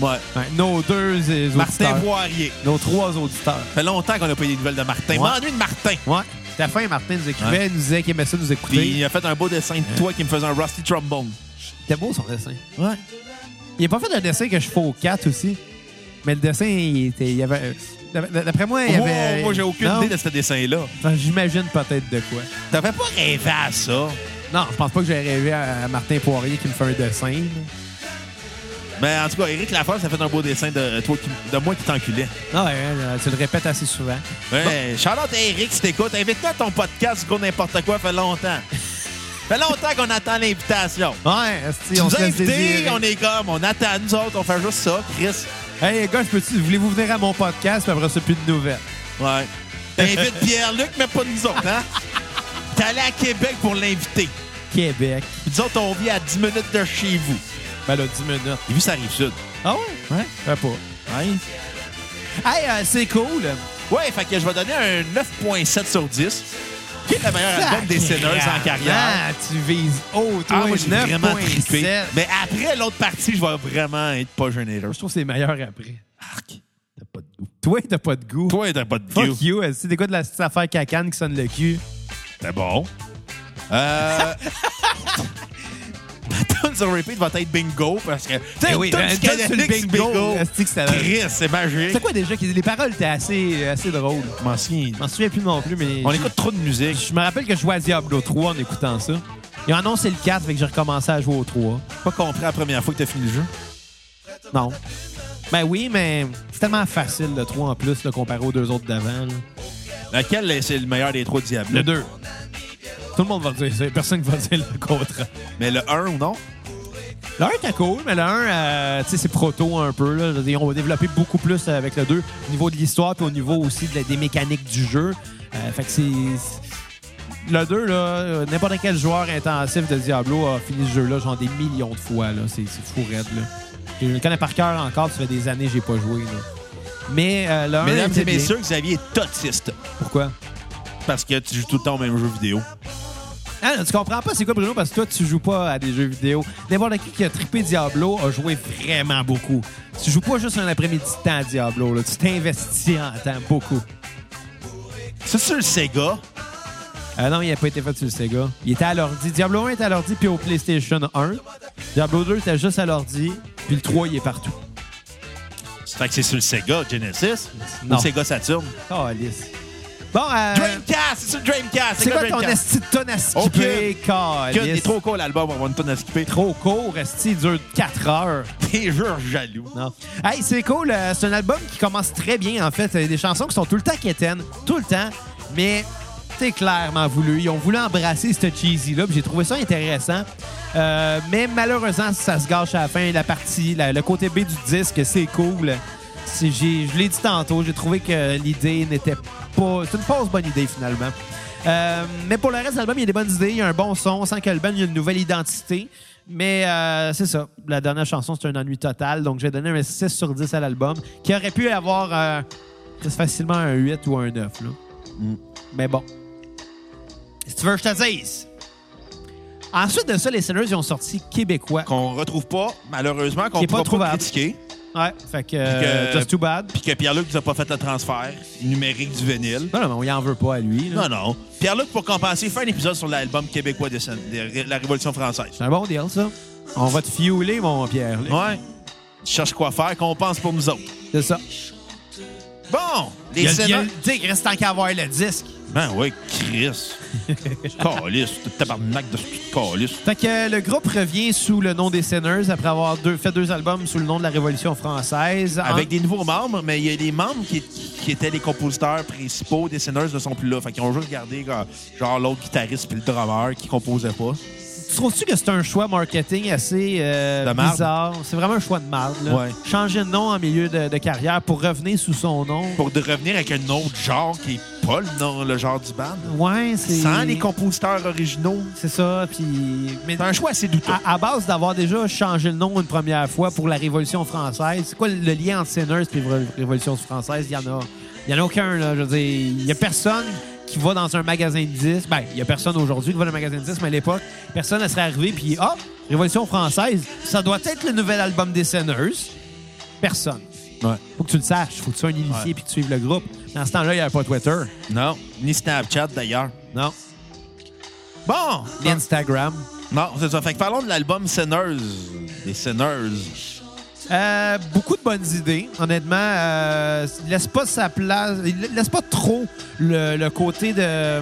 [SPEAKER 2] Ouais.
[SPEAKER 1] Ouais, nos deux euh,
[SPEAKER 2] Martin
[SPEAKER 1] auditeurs.
[SPEAKER 2] Poirier.
[SPEAKER 1] Nos trois auditeurs.
[SPEAKER 2] Ça fait longtemps qu'on n'a pas eu des nouvelles de Martin.
[SPEAKER 1] Ouais.
[SPEAKER 2] M'ennuie de Martin.
[SPEAKER 1] Ouais. À la fin, Martin nous écrivait, il nous disait qu'il aimait ça nous
[SPEAKER 2] Puis
[SPEAKER 1] écouter.
[SPEAKER 2] il a fait un beau dessin de toi qui me faisait un rusty trombone. Oh,
[SPEAKER 1] C'était beau son dessin. Ouais. Il a pas fait un dessin que je fais au 4 aussi. Mais le dessin, il était. Il y avait. euh, D'après moi, il y
[SPEAKER 2] Moi,
[SPEAKER 1] avait.
[SPEAKER 2] moi j'ai aucune
[SPEAKER 1] Non.
[SPEAKER 2] idée de ce dessin-là.
[SPEAKER 1] Enfin, J'imagine peut-être de quoi.
[SPEAKER 2] T'avais pas rêvé à ça.
[SPEAKER 1] Non, je pense pas que j'ai rêvé à à Martin Poirier qui me fait un dessin. là.
[SPEAKER 2] Mais Ben, en tout cas, Eric Lafleur, ça fait un beau dessin de, toi qui- de moi qui t'enculais.
[SPEAKER 1] Non, ouais, euh, tu le répètes assez souvent.
[SPEAKER 2] Ouais, Charlotte et Eric, si t'écoutes, invite-nous à ton podcast, go n'importe quoi, fait longtemps. fait longtemps qu'on attend l'invitation.
[SPEAKER 1] Ouais, esti,
[SPEAKER 2] Tu
[SPEAKER 1] on
[SPEAKER 2] nous
[SPEAKER 1] se
[SPEAKER 2] as
[SPEAKER 1] laisse
[SPEAKER 2] invités,
[SPEAKER 1] désirer.
[SPEAKER 2] on est comme, on attend, nous autres, on fait juste ça, Chris.
[SPEAKER 1] Hey, les gars, je peux-tu- voulez-vous venir à mon podcast? Puis après ça, plus de nouvelles.
[SPEAKER 2] Ouais. T'invites Pierre-Luc, mais pas nous autres, hein? T'es allé à Québec pour l'inviter.
[SPEAKER 1] Québec.
[SPEAKER 2] Puis Nous autres, on vit à 10 minutes de chez vous.
[SPEAKER 1] Ben là, 10 minutes.
[SPEAKER 2] Et vu, ça arrive sud.
[SPEAKER 1] Ah ouais?
[SPEAKER 2] Ouais.
[SPEAKER 1] Je sais pas. Hey, euh, c'est cool.
[SPEAKER 2] Ouais, fait que je vais donner un 9.7 sur 10. Qui est le meilleur album des Sinners en carrière?
[SPEAKER 1] Ah, tu vises haut, toi,
[SPEAKER 2] Ah, moi, j'ai vraiment
[SPEAKER 1] 9.7.
[SPEAKER 2] trippé. Mais après l'autre partie, je vais vraiment être pas gêné. là.
[SPEAKER 1] Je trouve que c'est meilleur après.
[SPEAKER 2] Arc. T'as pas de goût.
[SPEAKER 1] Toi, t'as pas de goût.
[SPEAKER 2] Toi, t'as pas de goût.
[SPEAKER 1] Fuck you. C'est quoi de la petite affaire cacane qui sonne le cul?
[SPEAKER 2] C'était bon. Euh... Ma tune sur repeat va être bingo parce que.
[SPEAKER 1] Eh oui,
[SPEAKER 2] Tune
[SPEAKER 1] ben,
[SPEAKER 2] du
[SPEAKER 1] tune sur le
[SPEAKER 2] Canalix,
[SPEAKER 1] bingo. Asti que ça va-
[SPEAKER 2] Chris, c'est magique.
[SPEAKER 1] C'est quoi déjà? qui- Les paroles étaient assez, euh, assez drôles.
[SPEAKER 2] Je m'en souviens.
[SPEAKER 1] Je m'en souviens plus non plus, mais.
[SPEAKER 2] On
[SPEAKER 1] je-
[SPEAKER 2] écoute trop de musique.
[SPEAKER 1] Je me rappelle que je jouais à Diablo 3 en écoutant ça. Ils ont annoncé le 4, fait que j'ai recommencé à jouer au 3.
[SPEAKER 2] J'ai pas compris la première fois que t'as fini le jeu.
[SPEAKER 1] Non. Ben oui, mais c'est tellement facile le 3 en plus là, comparé aux deux autres d'avant. là.
[SPEAKER 2] Lequel c'est le meilleur des trois diables?
[SPEAKER 1] Le 2. Tout le monde va le dire ça. Personne qui va dire le contraire.
[SPEAKER 2] Mais le 1 ou non?
[SPEAKER 1] Le 1 était cool, mais le 1, euh, tu sais, c'est proto un peu. Là. Je veux dire, On va développer beaucoup plus avec le 2 au niveau de l'histoire puis au niveau aussi de la- des mécaniques du jeu. Euh, fait que c'est. c'est- Le 2, là, euh, n'importe quel joueur intensif de Diablo a fini ce jeu-là, genre des millions de fois. là. C'est c'est fou raide. Là. Je le connais par cœur encore, ça fait des années que j'ai pas joué. là. Mais euh, le 1,
[SPEAKER 2] Mesdames
[SPEAKER 1] était
[SPEAKER 2] et
[SPEAKER 1] bien.
[SPEAKER 2] messieurs, Xavier est autiste
[SPEAKER 1] Pourquoi?
[SPEAKER 2] parce que tu joues tout le temps au même jeu vidéo.
[SPEAKER 1] Ah, non, tu comprends pas c'est quoi, Bruno, parce que toi, tu joues pas à des jeux vidéo. N'importe qui qui a trippé Diablo a joué vraiment beaucoup. Tu joues pas juste un après-midi de temps à Diablo. Là. Tu t'investis en temps beaucoup.
[SPEAKER 2] Ça, c'est le Sega.
[SPEAKER 1] Ah non, il a pas été fait sur le Sega. Il était à l'ordi. Diablo 1 était à l'ordi, puis au PlayStation 1. Diablo 2 était juste à l'ordi, puis le 3, il est partout.
[SPEAKER 2] C'est fait que c'est sur le Sega Genesis
[SPEAKER 1] Non.
[SPEAKER 2] ou Sega Saturn.
[SPEAKER 1] Oh, lisse. Bon, euh,
[SPEAKER 2] Dreamcast! C'est sur le Dreamcast!
[SPEAKER 1] c'est
[SPEAKER 2] le
[SPEAKER 1] quoi ton
[SPEAKER 2] Dreamcast.
[SPEAKER 1] esti de tonne à skipper,
[SPEAKER 2] Aucune.
[SPEAKER 1] câlisse?
[SPEAKER 2] Il est trop court l'album, on va une tonne à skipper.
[SPEAKER 1] Trop court, esti, il dure 4 heures.
[SPEAKER 2] T'es jure jaloux.
[SPEAKER 1] Non. Hey, c'est cool. euh, C'est un album qui commence très bien, en fait. Il y a des chansons qui sont tout le temps quétaines, tout le temps, mais c'est clairement voulu. Ils ont voulu embrasser ce cheesy-là, puis j'ai trouvé ça intéressant. Euh, mais malheureusement, ça se gâche à la fin. La partie, la- le côté B du disque, c'est cool. C'est- j'ai- Je l'ai dit tantôt, j'ai trouvé que l'idée n'était pas... C'est une fausse bonne idée, finalement. Euh, mais pour le reste de l'album, il y a des bonnes idées, il y a un bon son, sans que le band ait une nouvelle identité. Mais euh, c'est ça, la dernière chanson, c'est un ennui total. Donc j'ai donné un 6 sur 10 à l'album, qui aurait pu avoir euh, très facilement un 8 ou un 9. Là. Mais bon. Si tu veux, je te dise. Ensuite de ça, les Sinners, ils ont sorti Québécois.
[SPEAKER 2] Qu'on retrouve pas, malheureusement, qu'on
[SPEAKER 1] Qui est
[SPEAKER 2] ne
[SPEAKER 1] pas
[SPEAKER 2] pourra pas
[SPEAKER 1] trouvable.
[SPEAKER 2] critiquer.
[SPEAKER 1] Ouais, fait que, euh,
[SPEAKER 2] que-
[SPEAKER 1] Just Too Bad.
[SPEAKER 2] Puis que Pierre-Luc nous a pas fait le transfert numérique du vinyle.
[SPEAKER 1] Non, non, mais on y en veut pas à lui. là.
[SPEAKER 2] Non, non. Pierre-Luc, pour compenser, fait un épisode sur l'album québécois de, de la Révolution française.
[SPEAKER 1] C'est un bon deal, ça. On va te fiouler, mon Pierre. là.
[SPEAKER 2] Ouais. Tu cherches quoi faire, qu'on pense pour nous autres.
[SPEAKER 1] C'est ça.
[SPEAKER 2] Bon,
[SPEAKER 1] Il y
[SPEAKER 2] les
[SPEAKER 1] a, il y a
[SPEAKER 2] Sénats...
[SPEAKER 1] le disque, reste tant qu'à avoir le disque.
[SPEAKER 2] Ben oui, Chris. Calice, tabarnak de ce petit calice.
[SPEAKER 1] Fait que euh, le groupe revient sous le nom des Sinners après avoir deux- fait deux albums sous le nom de la Révolution française. En-
[SPEAKER 2] Avec des nouveaux membres, mais il y a des membres qui, qui étaient les compositeurs principaux des Sinners ne sont plus là. Fait qu'ils ont juste gardé genre, genre l'autre guitariste puis le drummer qui composait pas.
[SPEAKER 1] Tu trouves-tu que c'est un choix marketing assez euh,
[SPEAKER 2] De marde.
[SPEAKER 1] bizarre? C'est vraiment un choix de marde. là.
[SPEAKER 2] Ouais.
[SPEAKER 1] Changer de nom en milieu de, de carrière pour revenir sous son nom.
[SPEAKER 2] Pour de revenir avec un autre genre qui est pas le, nom- le genre du band.
[SPEAKER 1] Ouais, c'est...
[SPEAKER 2] Sans les compositeurs originaux.
[SPEAKER 1] C'est ça, puis... Mais
[SPEAKER 2] C'est un choix assez douteux.
[SPEAKER 1] à, à base d'avoir déjà changé le nom une première fois pour la Révolution française, c'est quoi le lien entre Sinners et Révolution française? Il y en a... Il y en a aucun, là. Je veux dire, il y a personne qui va dans un magasin de disques. Ben, il y a personne aujourd'hui qui va dans un magasin de disques, mais à l'époque, personne ne serait arrivé, puis... Ah! Révolution française, ça doit être le nouvel album des Sinners. Personne.
[SPEAKER 2] Ouais.
[SPEAKER 1] Faut que tu le saches. Faut que tu sois un initié
[SPEAKER 2] Ouais.
[SPEAKER 1] puis que tu suives le groupe. Dans ce temps-là, il n'y avait pas Twitter.
[SPEAKER 2] Non, ni Snapchat d'ailleurs.
[SPEAKER 1] Non.
[SPEAKER 2] Bon,
[SPEAKER 1] Ni Instagram.
[SPEAKER 2] non, c'est ça. Fait que parlons de l'album Sinners. Des Sinners.
[SPEAKER 1] Euh, beaucoup de bonnes idées, honnêtement. Euh, laisse pas sa place, il laisse pas trop le, le côté de.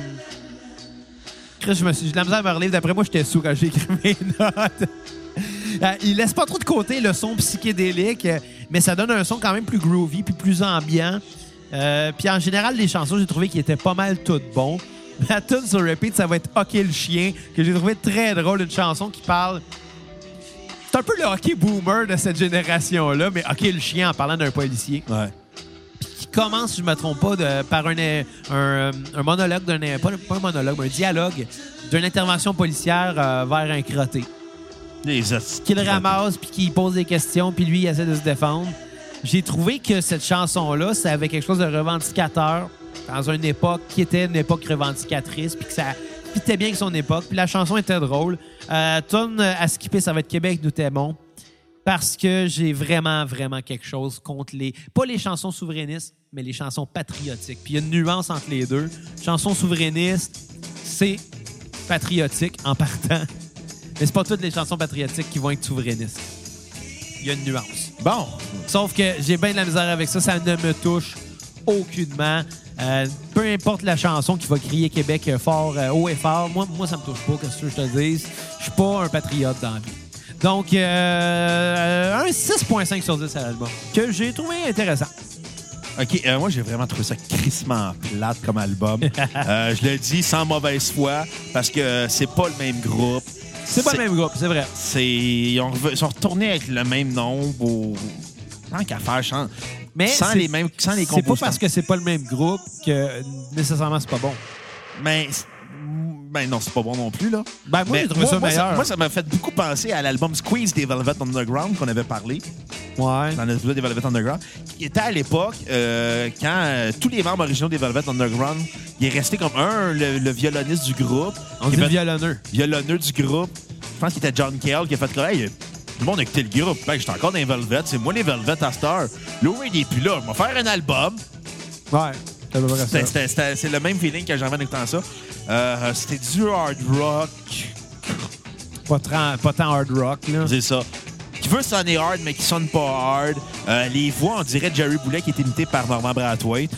[SPEAKER 1] Chris, je me suis, j'ai de la misère à me relire. D'après moi, j'étais sourd quand j'ai écrit mes notes. Euh, il laisse pas trop de côté le son psychédélique, euh, mais ça donne un son quand même plus groovy puis plus ambiant. Euh, puis en général, les chansons, j'ai trouvé qu'ils étaient pas mal toutes bons. La tune sur repeat, ça va être Hockey le chien, que j'ai trouvé très drôle, une chanson qui parle c'est un peu le hockey boomer de cette génération-là, mais hockey le chien en parlant d'un policier.
[SPEAKER 2] Ouais.
[SPEAKER 1] Qui commence, si je me trompe pas, de- par un, euh, un, euh, un monologue, d'un, euh, pas, pas un monologue, mais un dialogue d'une intervention policière euh, vers un crotté.
[SPEAKER 2] Les hosties.
[SPEAKER 1] Qui le ramasse, puis qui pose des questions, puis lui, il essaie de se défendre. J'ai trouvé que cette chanson-là, ça avait quelque chose de revendicateur, dans une époque qui était une époque revendicatrice, puis que ça fitait bien avec son époque, puis la chanson était drôle. Euh, tourne à skipper, ça va être Québec, nous t'aimons. Parce que j'ai vraiment, vraiment quelque chose contre les. Pas les chansons souverainistes, mais les chansons patriotiques. Puis il y a une nuance entre les deux. Chanson souverainiste, c'est patriotique en partant. Mais c'est pas toutes les chansons patriotiques qui vont être souverainistes. Il y a une nuance.
[SPEAKER 2] Bon,
[SPEAKER 1] Sauf que j'ai bien de la misère avec ça. Ça ne me touche aucunement. Euh, peu importe la chanson qui va crier Québec fort, euh, haut et fort, moi, moi ça me touche pas, qu'est-ce que je te dise. Je suis pas un patriote dans la vie. Donc, euh, un 6.5 sur 10 à l'album, que j'ai trouvé intéressant.
[SPEAKER 2] OK, euh, moi, j'ai vraiment trouvé ça crissement plate comme album. Euh, je le dis sans mauvaise foi, parce que euh, c'est pas le même groupe.
[SPEAKER 1] C'est pas le même groupe, c'est vrai.
[SPEAKER 2] c'est- Ils, ont rev- ils sont retournés avec le même nombre. Au... Tant qu'à faire, sans,
[SPEAKER 1] Mais
[SPEAKER 2] sans
[SPEAKER 1] c'est-
[SPEAKER 2] les mêmes sans les
[SPEAKER 1] C'est pas
[SPEAKER 2] compositeurs.
[SPEAKER 1] parce que c'est pas le même groupe que euh, nécessairement c'est pas bon.
[SPEAKER 2] Mais c'est- ben non, c'est pas bon non plus, là.
[SPEAKER 1] Ben, moi,
[SPEAKER 2] Mais
[SPEAKER 1] j'ai trouvé ça
[SPEAKER 2] moi,
[SPEAKER 1] meilleur.
[SPEAKER 2] moi, ça m'a fait beaucoup penser à l'album Squeeze des Velvet Underground qu'on avait parlé.
[SPEAKER 1] Ouais.
[SPEAKER 2] dans le studio des Velvet Underground, qui était à l'époque, euh, quand euh, tous les membres originaux des Velvet Underground, il est resté comme un, le, le violoniste du groupe,
[SPEAKER 1] On
[SPEAKER 2] qui
[SPEAKER 1] dit
[SPEAKER 2] fait-
[SPEAKER 1] violonneux.
[SPEAKER 2] violonneux du groupe. Je pense qu'il était John Cale qui a fait comme, hey, tout le monde a quitté le groupe. Ben, j'étais encore dans les Velvet, c'est moi les Velvet à cette heure. Lou Reed est plus là, on va faire un album.
[SPEAKER 1] Ouais. C'est à peu près ça.
[SPEAKER 2] C'était- c'était- c'était- C'est le même feeling que j'avais en écoutant ça. Euh, C'était du hard rock,
[SPEAKER 1] Pas, tant- pas tant hard rock, là.
[SPEAKER 2] C'est ça. Qui veut sonner hard, mais qui sonne pas hard. Euh, les voix, on dirait Jerry Boulet qui est imité par Norman Brathwaite.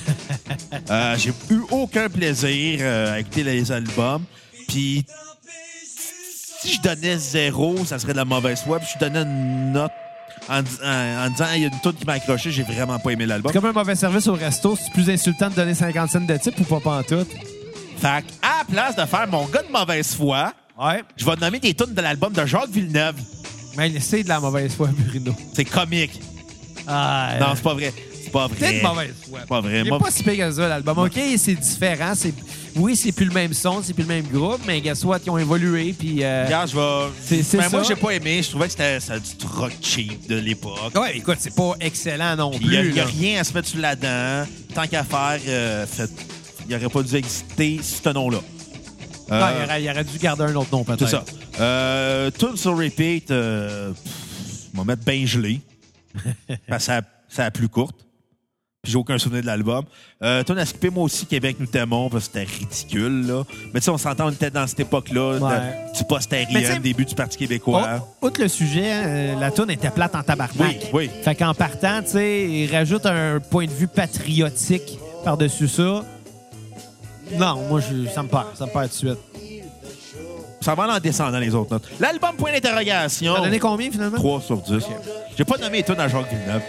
[SPEAKER 2] Euh, J'ai eu aucun plaisir euh, à écouter les albums. Puis, si je donnais zéro, ça serait de la mauvaise foi. Puis, je donnais une note en, dis- en- en disant, Ah, il y a une toute qui m'a accroché, j'ai vraiment pas aimé l'album.
[SPEAKER 1] C'est comme un mauvais service au resto. C'est plus insultant de donner 50 cents de type ou pas pantoute.
[SPEAKER 2] Fait que, à la place de faire mon gars de mauvaise foi,
[SPEAKER 1] Ouais.
[SPEAKER 2] je vais nommer des tunes de l'album de Jacques Villeneuve.
[SPEAKER 1] Mais c'est de la mauvaise foi, Bruno.
[SPEAKER 2] C'est comique.
[SPEAKER 1] Ah,
[SPEAKER 2] Non, c'est pas vrai. C'est pas vrai.
[SPEAKER 1] peut-être mauvaise foi.
[SPEAKER 2] Pas vrai.
[SPEAKER 1] Il est
[SPEAKER 2] Moi-
[SPEAKER 1] pas si pire que ça, l'album. OK, c'est différent. c'est- Oui, c'est plus le même son, c'est plus le même groupe, mais guess what, ils ont évolué, puis... euh,
[SPEAKER 2] Regarde, je vais.
[SPEAKER 1] C'est- c'est
[SPEAKER 2] Ben, Moi,
[SPEAKER 1] ça.
[SPEAKER 2] j'ai pas aimé. Je trouvais que c'était ça, du rock cheap de l'époque.
[SPEAKER 1] Ouais, écoute, c'est pas excellent non plus.
[SPEAKER 2] Il n'y
[SPEAKER 1] là.
[SPEAKER 2] a, rien à se mettre sous la dent. Tant qu'à faire, euh, fait- il aurait pas dû exister ce nom-là. Euh,
[SPEAKER 1] Ouais, Ah, il, aurait, il aurait dû garder un autre nom, peut-être.
[SPEAKER 2] c'est ça. Euh, Tune sur repeat, euh, pff, on va mettre bien gelé. Parce que ça, ça la plus courte. Puis j'ai aucun souvenir de l'album. Euh, Tune à skipper, moi aussi, Québec, nous t'aimons, parce que c'était ridicule, là. Mais tu sais, on s'entend, on était dans cette époque-là,
[SPEAKER 1] Ouais.
[SPEAKER 2] de- du
[SPEAKER 1] Mais tu sais-
[SPEAKER 2] post-aérien, début du Parti
[SPEAKER 1] Oh,
[SPEAKER 2] québécois.
[SPEAKER 1] outre le sujet, euh, la toune était plate en tabarnak.
[SPEAKER 2] Oui, oui.
[SPEAKER 1] Fait qu'en partant, tu sais, il rajoute un point de vue patriotique par-dessus ça. Non, moi, je, ça me perd. Ça me perd tout de suite.
[SPEAKER 2] Ça va aller en descendant les autres notes. L'album Point d'interrogation.
[SPEAKER 1] T'as donné combien, finalement?
[SPEAKER 2] 3 sur 10. J'ai pas nommé les tunes à Jacques Villeneuve.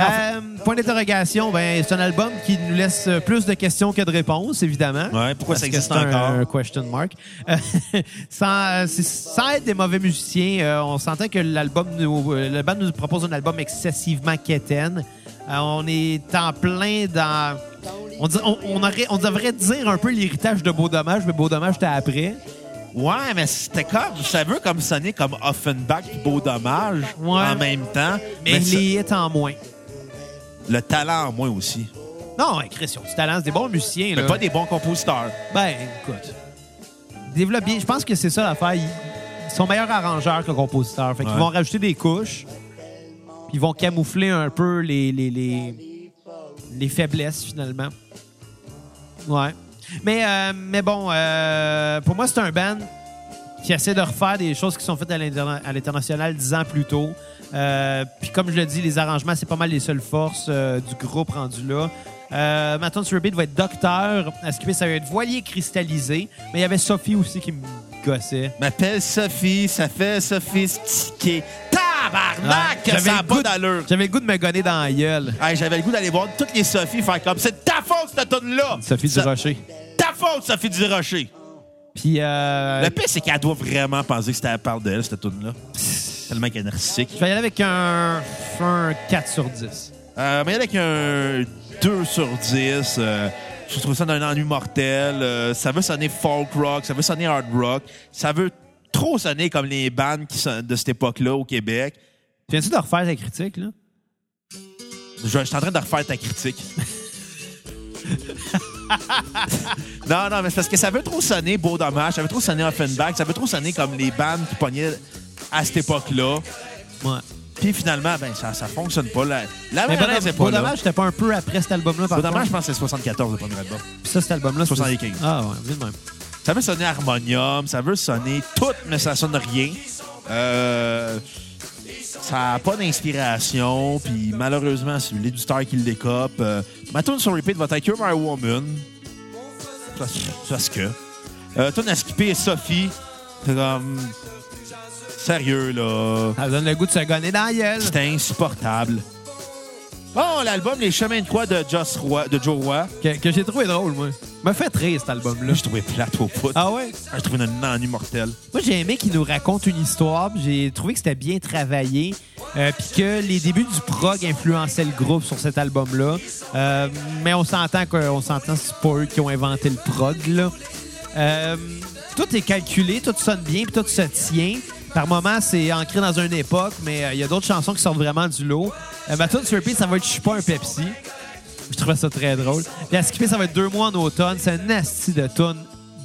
[SPEAKER 1] Euh, point d'interrogation, ben, c'est un album qui nous laisse euh, plus de questions que de réponses, évidemment.
[SPEAKER 2] Ouais, pourquoi
[SPEAKER 1] Parce
[SPEAKER 2] ça
[SPEAKER 1] que
[SPEAKER 2] existe
[SPEAKER 1] c'est un-
[SPEAKER 2] encore?
[SPEAKER 1] un question mark. Euh, sans, euh, c'est- sans être des mauvais musiciens, euh, on sentait que l'album nous, euh, la bande nous propose un album excessivement quétaine. Euh, on est en plein dans. On, dit- on- on aurait- on devrait dire un peu l'héritage de Beau Dommage, mais Beau Dommage, c'était après.
[SPEAKER 2] Ouais, mais c'était comme. Ça veut comme sonner comme Offenbach et Beau Dommage
[SPEAKER 1] Ouais.
[SPEAKER 2] en même temps.
[SPEAKER 1] Mais,
[SPEAKER 2] Mais, ça-
[SPEAKER 1] les hits en moins.
[SPEAKER 2] le talent en moins aussi.
[SPEAKER 1] Non, hein, Chris, ils ont du talent, c'est des bons musiciens.
[SPEAKER 2] Mais
[SPEAKER 1] là.
[SPEAKER 2] pas des bons compositeurs.
[SPEAKER 1] Ben, écoute. Développe bien. Je pense que c'est ça l'affaire. Ils ils sont meilleurs arrangeurs que compositeurs. Fait qu'ils
[SPEAKER 2] Ouais.
[SPEAKER 1] vont rajouter des couches. Puis ils vont camoufler un peu les, les, les, les faiblesses, finalement. Ouais. Mais, euh, mais bon, euh, pour moi, c'est un band qui essaie de refaire des choses qui sont faites à l'interna- à l'international dix ans plus tôt. Euh, Puis comme je le dis, les arrangements, c'est pas mal les seules forces euh, du groupe rendu là. Euh, ma tante sur Repeat va être docteur. À skipper, ça va être voilier cristallisé. Mais il y avait Sophie aussi qui me gossait.
[SPEAKER 2] M'appelle Sophie, ça fait sophistiqué.
[SPEAKER 1] Ah,
[SPEAKER 2] Tabarnak, que
[SPEAKER 1] j'avais
[SPEAKER 2] ça
[SPEAKER 1] le
[SPEAKER 2] a
[SPEAKER 1] goût
[SPEAKER 2] pas
[SPEAKER 1] de-
[SPEAKER 2] d'allure.
[SPEAKER 1] J'avais le goût de me gonner dans la gueule.
[SPEAKER 2] Hey, J'avais le goût d'aller voir toutes les Sophies faire comme c'est de ta faute cette tune là.
[SPEAKER 1] Sophie
[SPEAKER 2] Ça-
[SPEAKER 1] Durocher.
[SPEAKER 2] Ta faute Sophie Durocher.
[SPEAKER 1] Puis, euh,
[SPEAKER 2] Le pire, c'est qu'elle doit vraiment penser que c'était à part d'elle, cette tune-là. Tellement qu'elle est narcissique.
[SPEAKER 1] je vais y aller avec un, un 4 sur 10.
[SPEAKER 2] Euh, mais avec un 2 sur 10, euh, je trouve ça d'un ennui mortel. Euh, ça veut sonner folk rock, ça veut sonner hard rock. Ça veut trop sonner comme les bands qui sont de cette époque-là au Québec.
[SPEAKER 1] Viens-tu de refaire la critique, là?
[SPEAKER 2] Je, je suis en train de refaire ta critique. Non, non, mais c'est parce que ça veut trop sonner beau dommage, ça veut trop sonner Offenbach, ça veut trop sonner comme les bandes qui pognaient à cette époque-là.
[SPEAKER 1] Ouais.
[SPEAKER 2] Puis finalement, ben ça, ça fonctionne pas. La, la
[SPEAKER 1] Mais
[SPEAKER 2] mayonnaise est
[SPEAKER 1] Beau
[SPEAKER 2] Ah, pas là.
[SPEAKER 1] dommage, c'était pas un peu après cet album-là, par
[SPEAKER 2] Beau
[SPEAKER 1] contre.
[SPEAKER 2] dommage, je pense que c'est 74 le premier album.
[SPEAKER 1] Puis ça, cet album-là, c'est-
[SPEAKER 2] 75.
[SPEAKER 1] Ah ouais, vite même.
[SPEAKER 2] Ça veut sonner harmonium, ça veut sonner tout, mais ça sonne rien. Euh, ça n'a pas d'inspiration, puis malheureusement, c'est l'éditeur qui le décope. Euh, ma tune sur repeat va être You're My Woman. Ça, c'est- ça, c'est que. Euh, tune à skipper Sophie. C'est comme. Sérieux, là.
[SPEAKER 1] Ça donne le goût de se gonner dans la gueule.
[SPEAKER 2] C'était insupportable. Bon, l'album Les Chemins de Croix de, Joss Roy, de Joe Roy.
[SPEAKER 1] Que, que j'ai trouvé drôle, moi. M'a fait rire, cet album-là.
[SPEAKER 2] Là, je trouvais plate au poutre.
[SPEAKER 1] Ah ouais?
[SPEAKER 2] Je trouvais une ennui mortelle.
[SPEAKER 1] Moi, j'ai aimé qu'il nous raconte une histoire. puis J'ai trouvé que c'était bien travaillé. euh, Puis que les débuts du prog influençaient le groupe sur cet album-là. Euh, mais on s'entend qu'on s'entend, c'est pas eux qui ont inventé le prog. Là. Euh, tout est calculé, tout sonne bien, puis tout se tient. Par moments, c'est ancré dans une époque, mais euh, il y a d'autres chansons qui sortent vraiment du lot. Euh, ma tune sur repeat, ça va être « Je suis pas un Pepsi ». Je trouvais ça très drôle. Puis à skipper, ça va être deux mois en automne. C'est un asti de tonne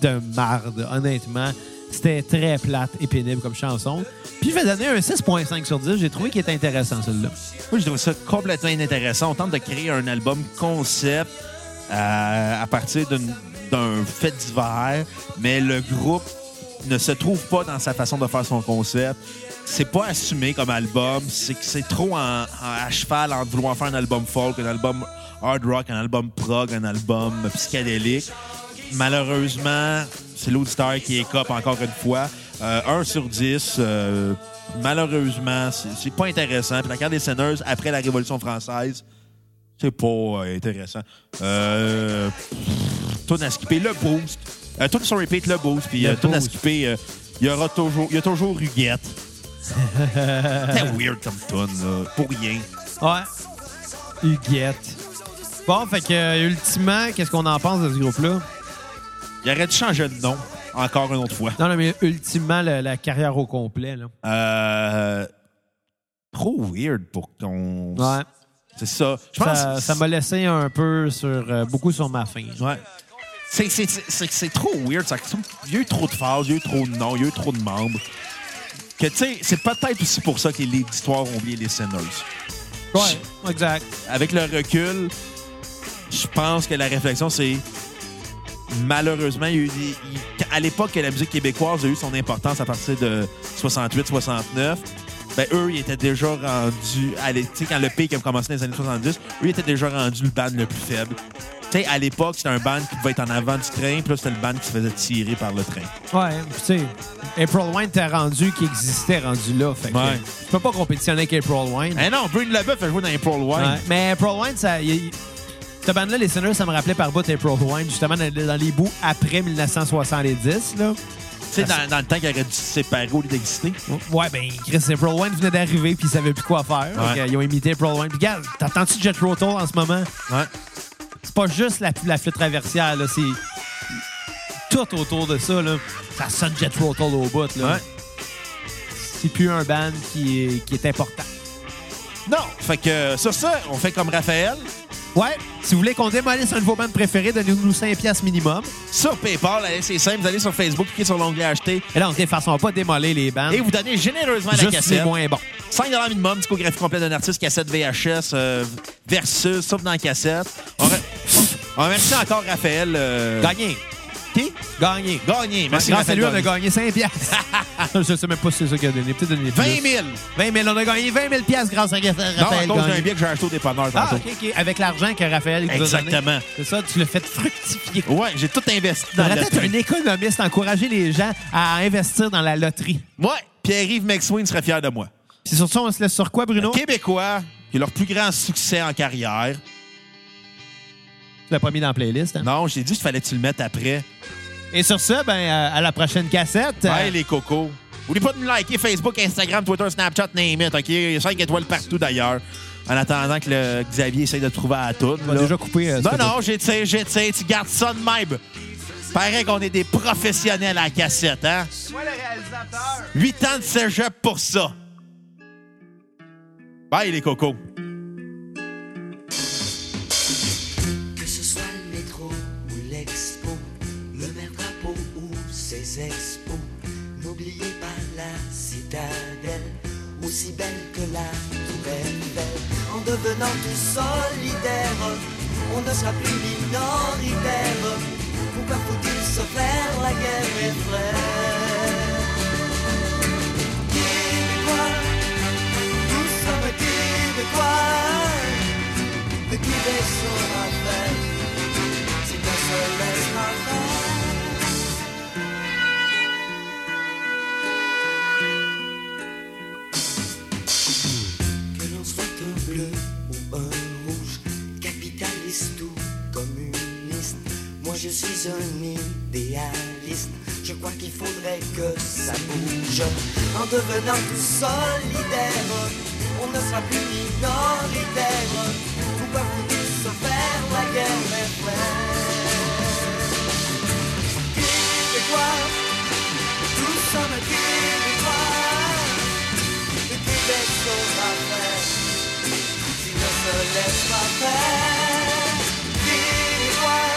[SPEAKER 1] de marde, honnêtement. C'était très plate et pénible comme chanson. Puis je vais donner un 6.5 sur 10. J'ai trouvé qu'il était intéressant, celui-là.
[SPEAKER 2] Moi, je trouve ça complètement inintéressant. On tente de créer un album concept euh, à partir d'une- d'un fait divers, mais le groupe ne se trouve pas dans sa façon de faire son concept. C'est pas assumé comme album. C'est que c'est trop en, en- à cheval entre vouloir faire un album folk, un album hard rock, un album prog, un album psychédélique. Malheureusement, c'est l'auditeur qui écope encore une fois. 1 sur 10, euh, malheureusement, c'est c'est pas intéressant. Puis la carte des seigneurs, après la Révolution française, c'est pas euh, intéressant. Euh, pff, tourne à skipper le boost. Euh, tourne sur repeat le boost. Puis
[SPEAKER 1] Le
[SPEAKER 2] euh, tourne à
[SPEAKER 1] boost.
[SPEAKER 2] skipper, euh, il y aura toujours, il y a toujours Huguette. C'était weird comme tourne, là. Pour rien.
[SPEAKER 1] Ouais. Huguette. Bon, fait que, euh, ultimement, qu'est-ce qu'on en pense de ce groupe-là?
[SPEAKER 2] Il aurait dû changer de nom, encore une autre fois.
[SPEAKER 1] Non, non, mais ultimement, la, la carrière au complet, là.
[SPEAKER 2] Euh, trop weird pour qu'on.
[SPEAKER 1] Ouais.
[SPEAKER 2] C'est ça. Je pense
[SPEAKER 1] Ça
[SPEAKER 2] que
[SPEAKER 1] ça m'a laissé un peu sur... euh, beaucoup sur ma fin.
[SPEAKER 2] Ouais. C'est, c'est, c'est, c'est- c'est trop weird. Ça. Il y a eu trop de phases, il y a eu trop de noms, il y a eu trop de membres. Que tu sais, c'est peut-être aussi pour ça que les histoires ont oublié les Sinners.
[SPEAKER 1] Ouais, exact.
[SPEAKER 2] Avec le recul, je pense que la réflexion, c'est. Malheureusement, il y a eu des- il- à l'époque que la musique québécoise a eu son importance à partir de 68-69, ben eux, ils étaient déjà rendus. à l'é- Tu sais, quand le pic a commencé dans les années 70, eux, ils étaient déjà rendus le band le plus faible. Tu sais, à l'époque, c'était un band qui pouvait être en avant du train, puis là, c'était le band qui se faisait tirer par le train.
[SPEAKER 1] Ouais, tu sais, April Wine t'as rendu qui existait rendu là. Fait que
[SPEAKER 2] Ouais.
[SPEAKER 1] tu peux pas compétitionner avec April Wine.
[SPEAKER 2] Eh non, Brune Leboeuf a joué dans les Pearl Wine.
[SPEAKER 1] Ouais. Mais April Wine, ça. y- y- Cette bande-là, les Sinners, ça me rappelait par bout April Wine, justement, dans, dans les bouts après 1970. Là.
[SPEAKER 2] Tu sais, dans, dans le temps qu'il aurait dû se séparer au lieu d'exister.
[SPEAKER 1] Ouais, ben, Chris, April Wine venait d'arriver puis ils savaient plus quoi faire.
[SPEAKER 2] Ouais.
[SPEAKER 1] Fait que, euh, ils ont imité April Wine. Puis, regarde, t'entends-tu Jet Rotal en ce moment?
[SPEAKER 2] Ouais.
[SPEAKER 1] C'est pas juste la, la flûte traversière, là, c'est tout autour de ça, là. Ça sonne Jet Rotal au bout, là.
[SPEAKER 2] Ouais.
[SPEAKER 1] C'est plus un band qui est, qui est important.
[SPEAKER 2] Non! Fait que euh, sur ça, on fait comme Raphaël.
[SPEAKER 1] Ouais, si vous voulez qu'on démolisse un de vos bandes préférés, donnez-nous 5 piastres minimum.
[SPEAKER 2] sur PayPal. Allez, c'est simple. Vous allez sur Facebook, cliquez sur l'onglet acheter
[SPEAKER 1] Et là, on se défaçon, on va pas démolir les bandes.
[SPEAKER 2] et vous donnez généreusement la
[SPEAKER 1] Juste les
[SPEAKER 2] cassette.
[SPEAKER 1] moins bons.
[SPEAKER 2] 5 minimum, discographie complète d'un artiste, cassette VHS euh, versus, sauf dans la cassette. On, re- on remercie encore Raphaël. euh,
[SPEAKER 1] Gagné. Qui? Gagné.
[SPEAKER 2] Gagné. Merci
[SPEAKER 1] Grâce à
[SPEAKER 2] Raphaël.
[SPEAKER 1] lui, on a gagné
[SPEAKER 2] Gagné.
[SPEAKER 1] 5 piastres. Je sais même pas si c'est ça qu'il a donné. Peut-être donné
[SPEAKER 2] 20
[SPEAKER 1] plus.
[SPEAKER 2] 000.
[SPEAKER 1] 20 000. On a gagné 20 000 piastres grâce à Raphaël
[SPEAKER 2] Non, à cause d'un
[SPEAKER 1] Gagné.
[SPEAKER 2] billet que j'ai acheté au dépanneur
[SPEAKER 1] Ah,
[SPEAKER 2] tantôt.
[SPEAKER 1] OK, OK. Avec l'argent que Raphaël nous a donné.
[SPEAKER 2] Exactement.
[SPEAKER 1] C'est ça, tu l'as fait fructifier.
[SPEAKER 2] Ouais, j'ai tout investi dans
[SPEAKER 1] T'aurais
[SPEAKER 2] la
[SPEAKER 1] peut-être un
[SPEAKER 2] loterie.
[SPEAKER 1] économiste, encourager les gens à investir dans la loterie.
[SPEAKER 2] Ouais, Pierre-Yves McSween serait fier de moi.
[SPEAKER 1] C'est sur ça, on se laisse sur quoi, Bruno?
[SPEAKER 2] Québécois, qui est leur plus grand succès en carrière.
[SPEAKER 1] Tu l'as pas mis dans la playlist. hein?
[SPEAKER 2] Non, j'ai dit qu'il fallait que tu le mettes après.
[SPEAKER 1] Et sur ça, ben, euh, à la prochaine cassette. Euh,
[SPEAKER 2] Ouais, les cocos. N'oubliez pas de nous liker Facebook, Instagram, Twitter, Snapchat, name it, OK? Il y a 5 étoiles partout, d'ailleurs. En attendant que le Xavier essaye de trouver à tout.
[SPEAKER 1] On va déjà couper. euh, ce
[SPEAKER 2] Non,
[SPEAKER 1] que-
[SPEAKER 2] non, j'étire, j'étire. Tu gardes ça de même. Paraît qu'on est des professionnels à la cassette, hein? 8 ans de cégep pour ça. Bye, les cocos.
[SPEAKER 4] Que ce soit le ses expos. N'oubliez pas la citadelle, aussi belle que la nouvelle belle. En devenant tous solidaires, on ne sera plus minoritaire. Pourquoi faut-il se faire la guerre, mes frères Québécois, nous sommes Québécois. De Québec sera fait, si qu'on se laissera faire. Que l'on soit un bleu ou un rouge, capitaliste ou communiste, moi je suis un idéaliste. Je crois qu'il faudrait que ça bouge. En devenant tout solidaire, on ne sera plus minoritaire. Pourquoi vouloir se faire la guerre, mes frères Québécois, nous sommes Québécois. Le Québec sera fait s'il ne se laisse pas faire. Québécois,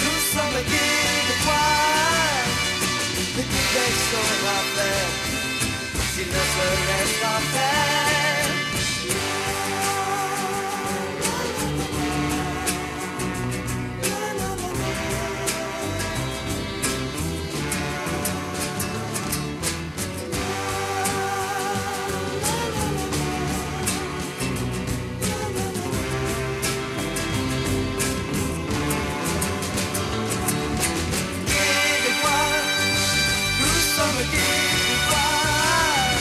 [SPEAKER 4] nous sommes Québécois. Le Québec sera fait s'il ne se laisse pas faire. Québécois, nous sommes Québécois.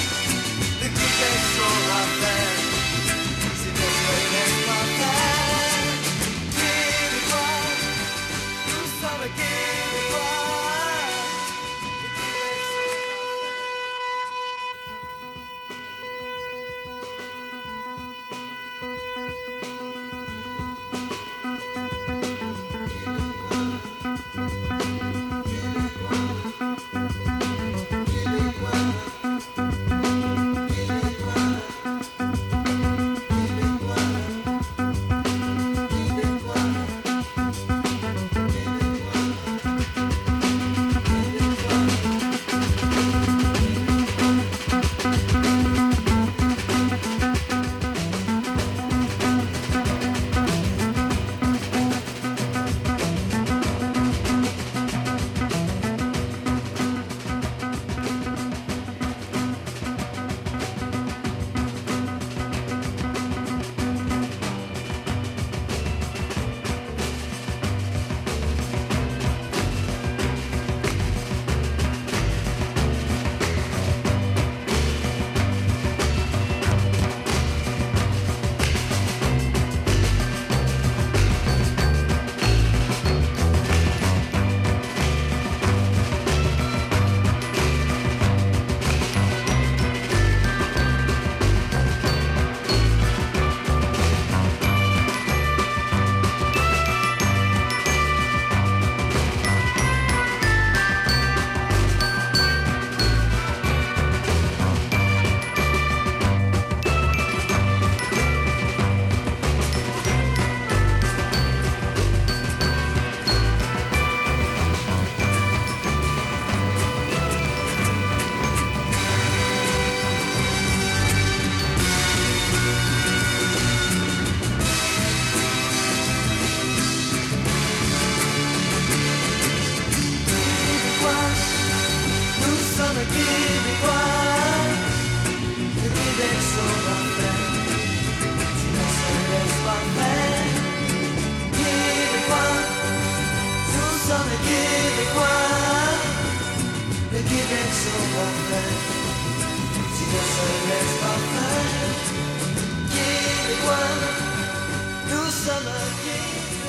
[SPEAKER 4] Le Québec sera fait, c'est notre responsable. Québécois, nous sommes Québécois. Le Québec sera fait. Québécois, nous sommes Québécois. Le Québec sera fait, si l'on se laisse pas faire. Québécois, nous sommes Québécois. Le Québec sera fait, si l'on se laisse pas faire. Québécois, nous sommes Québécois.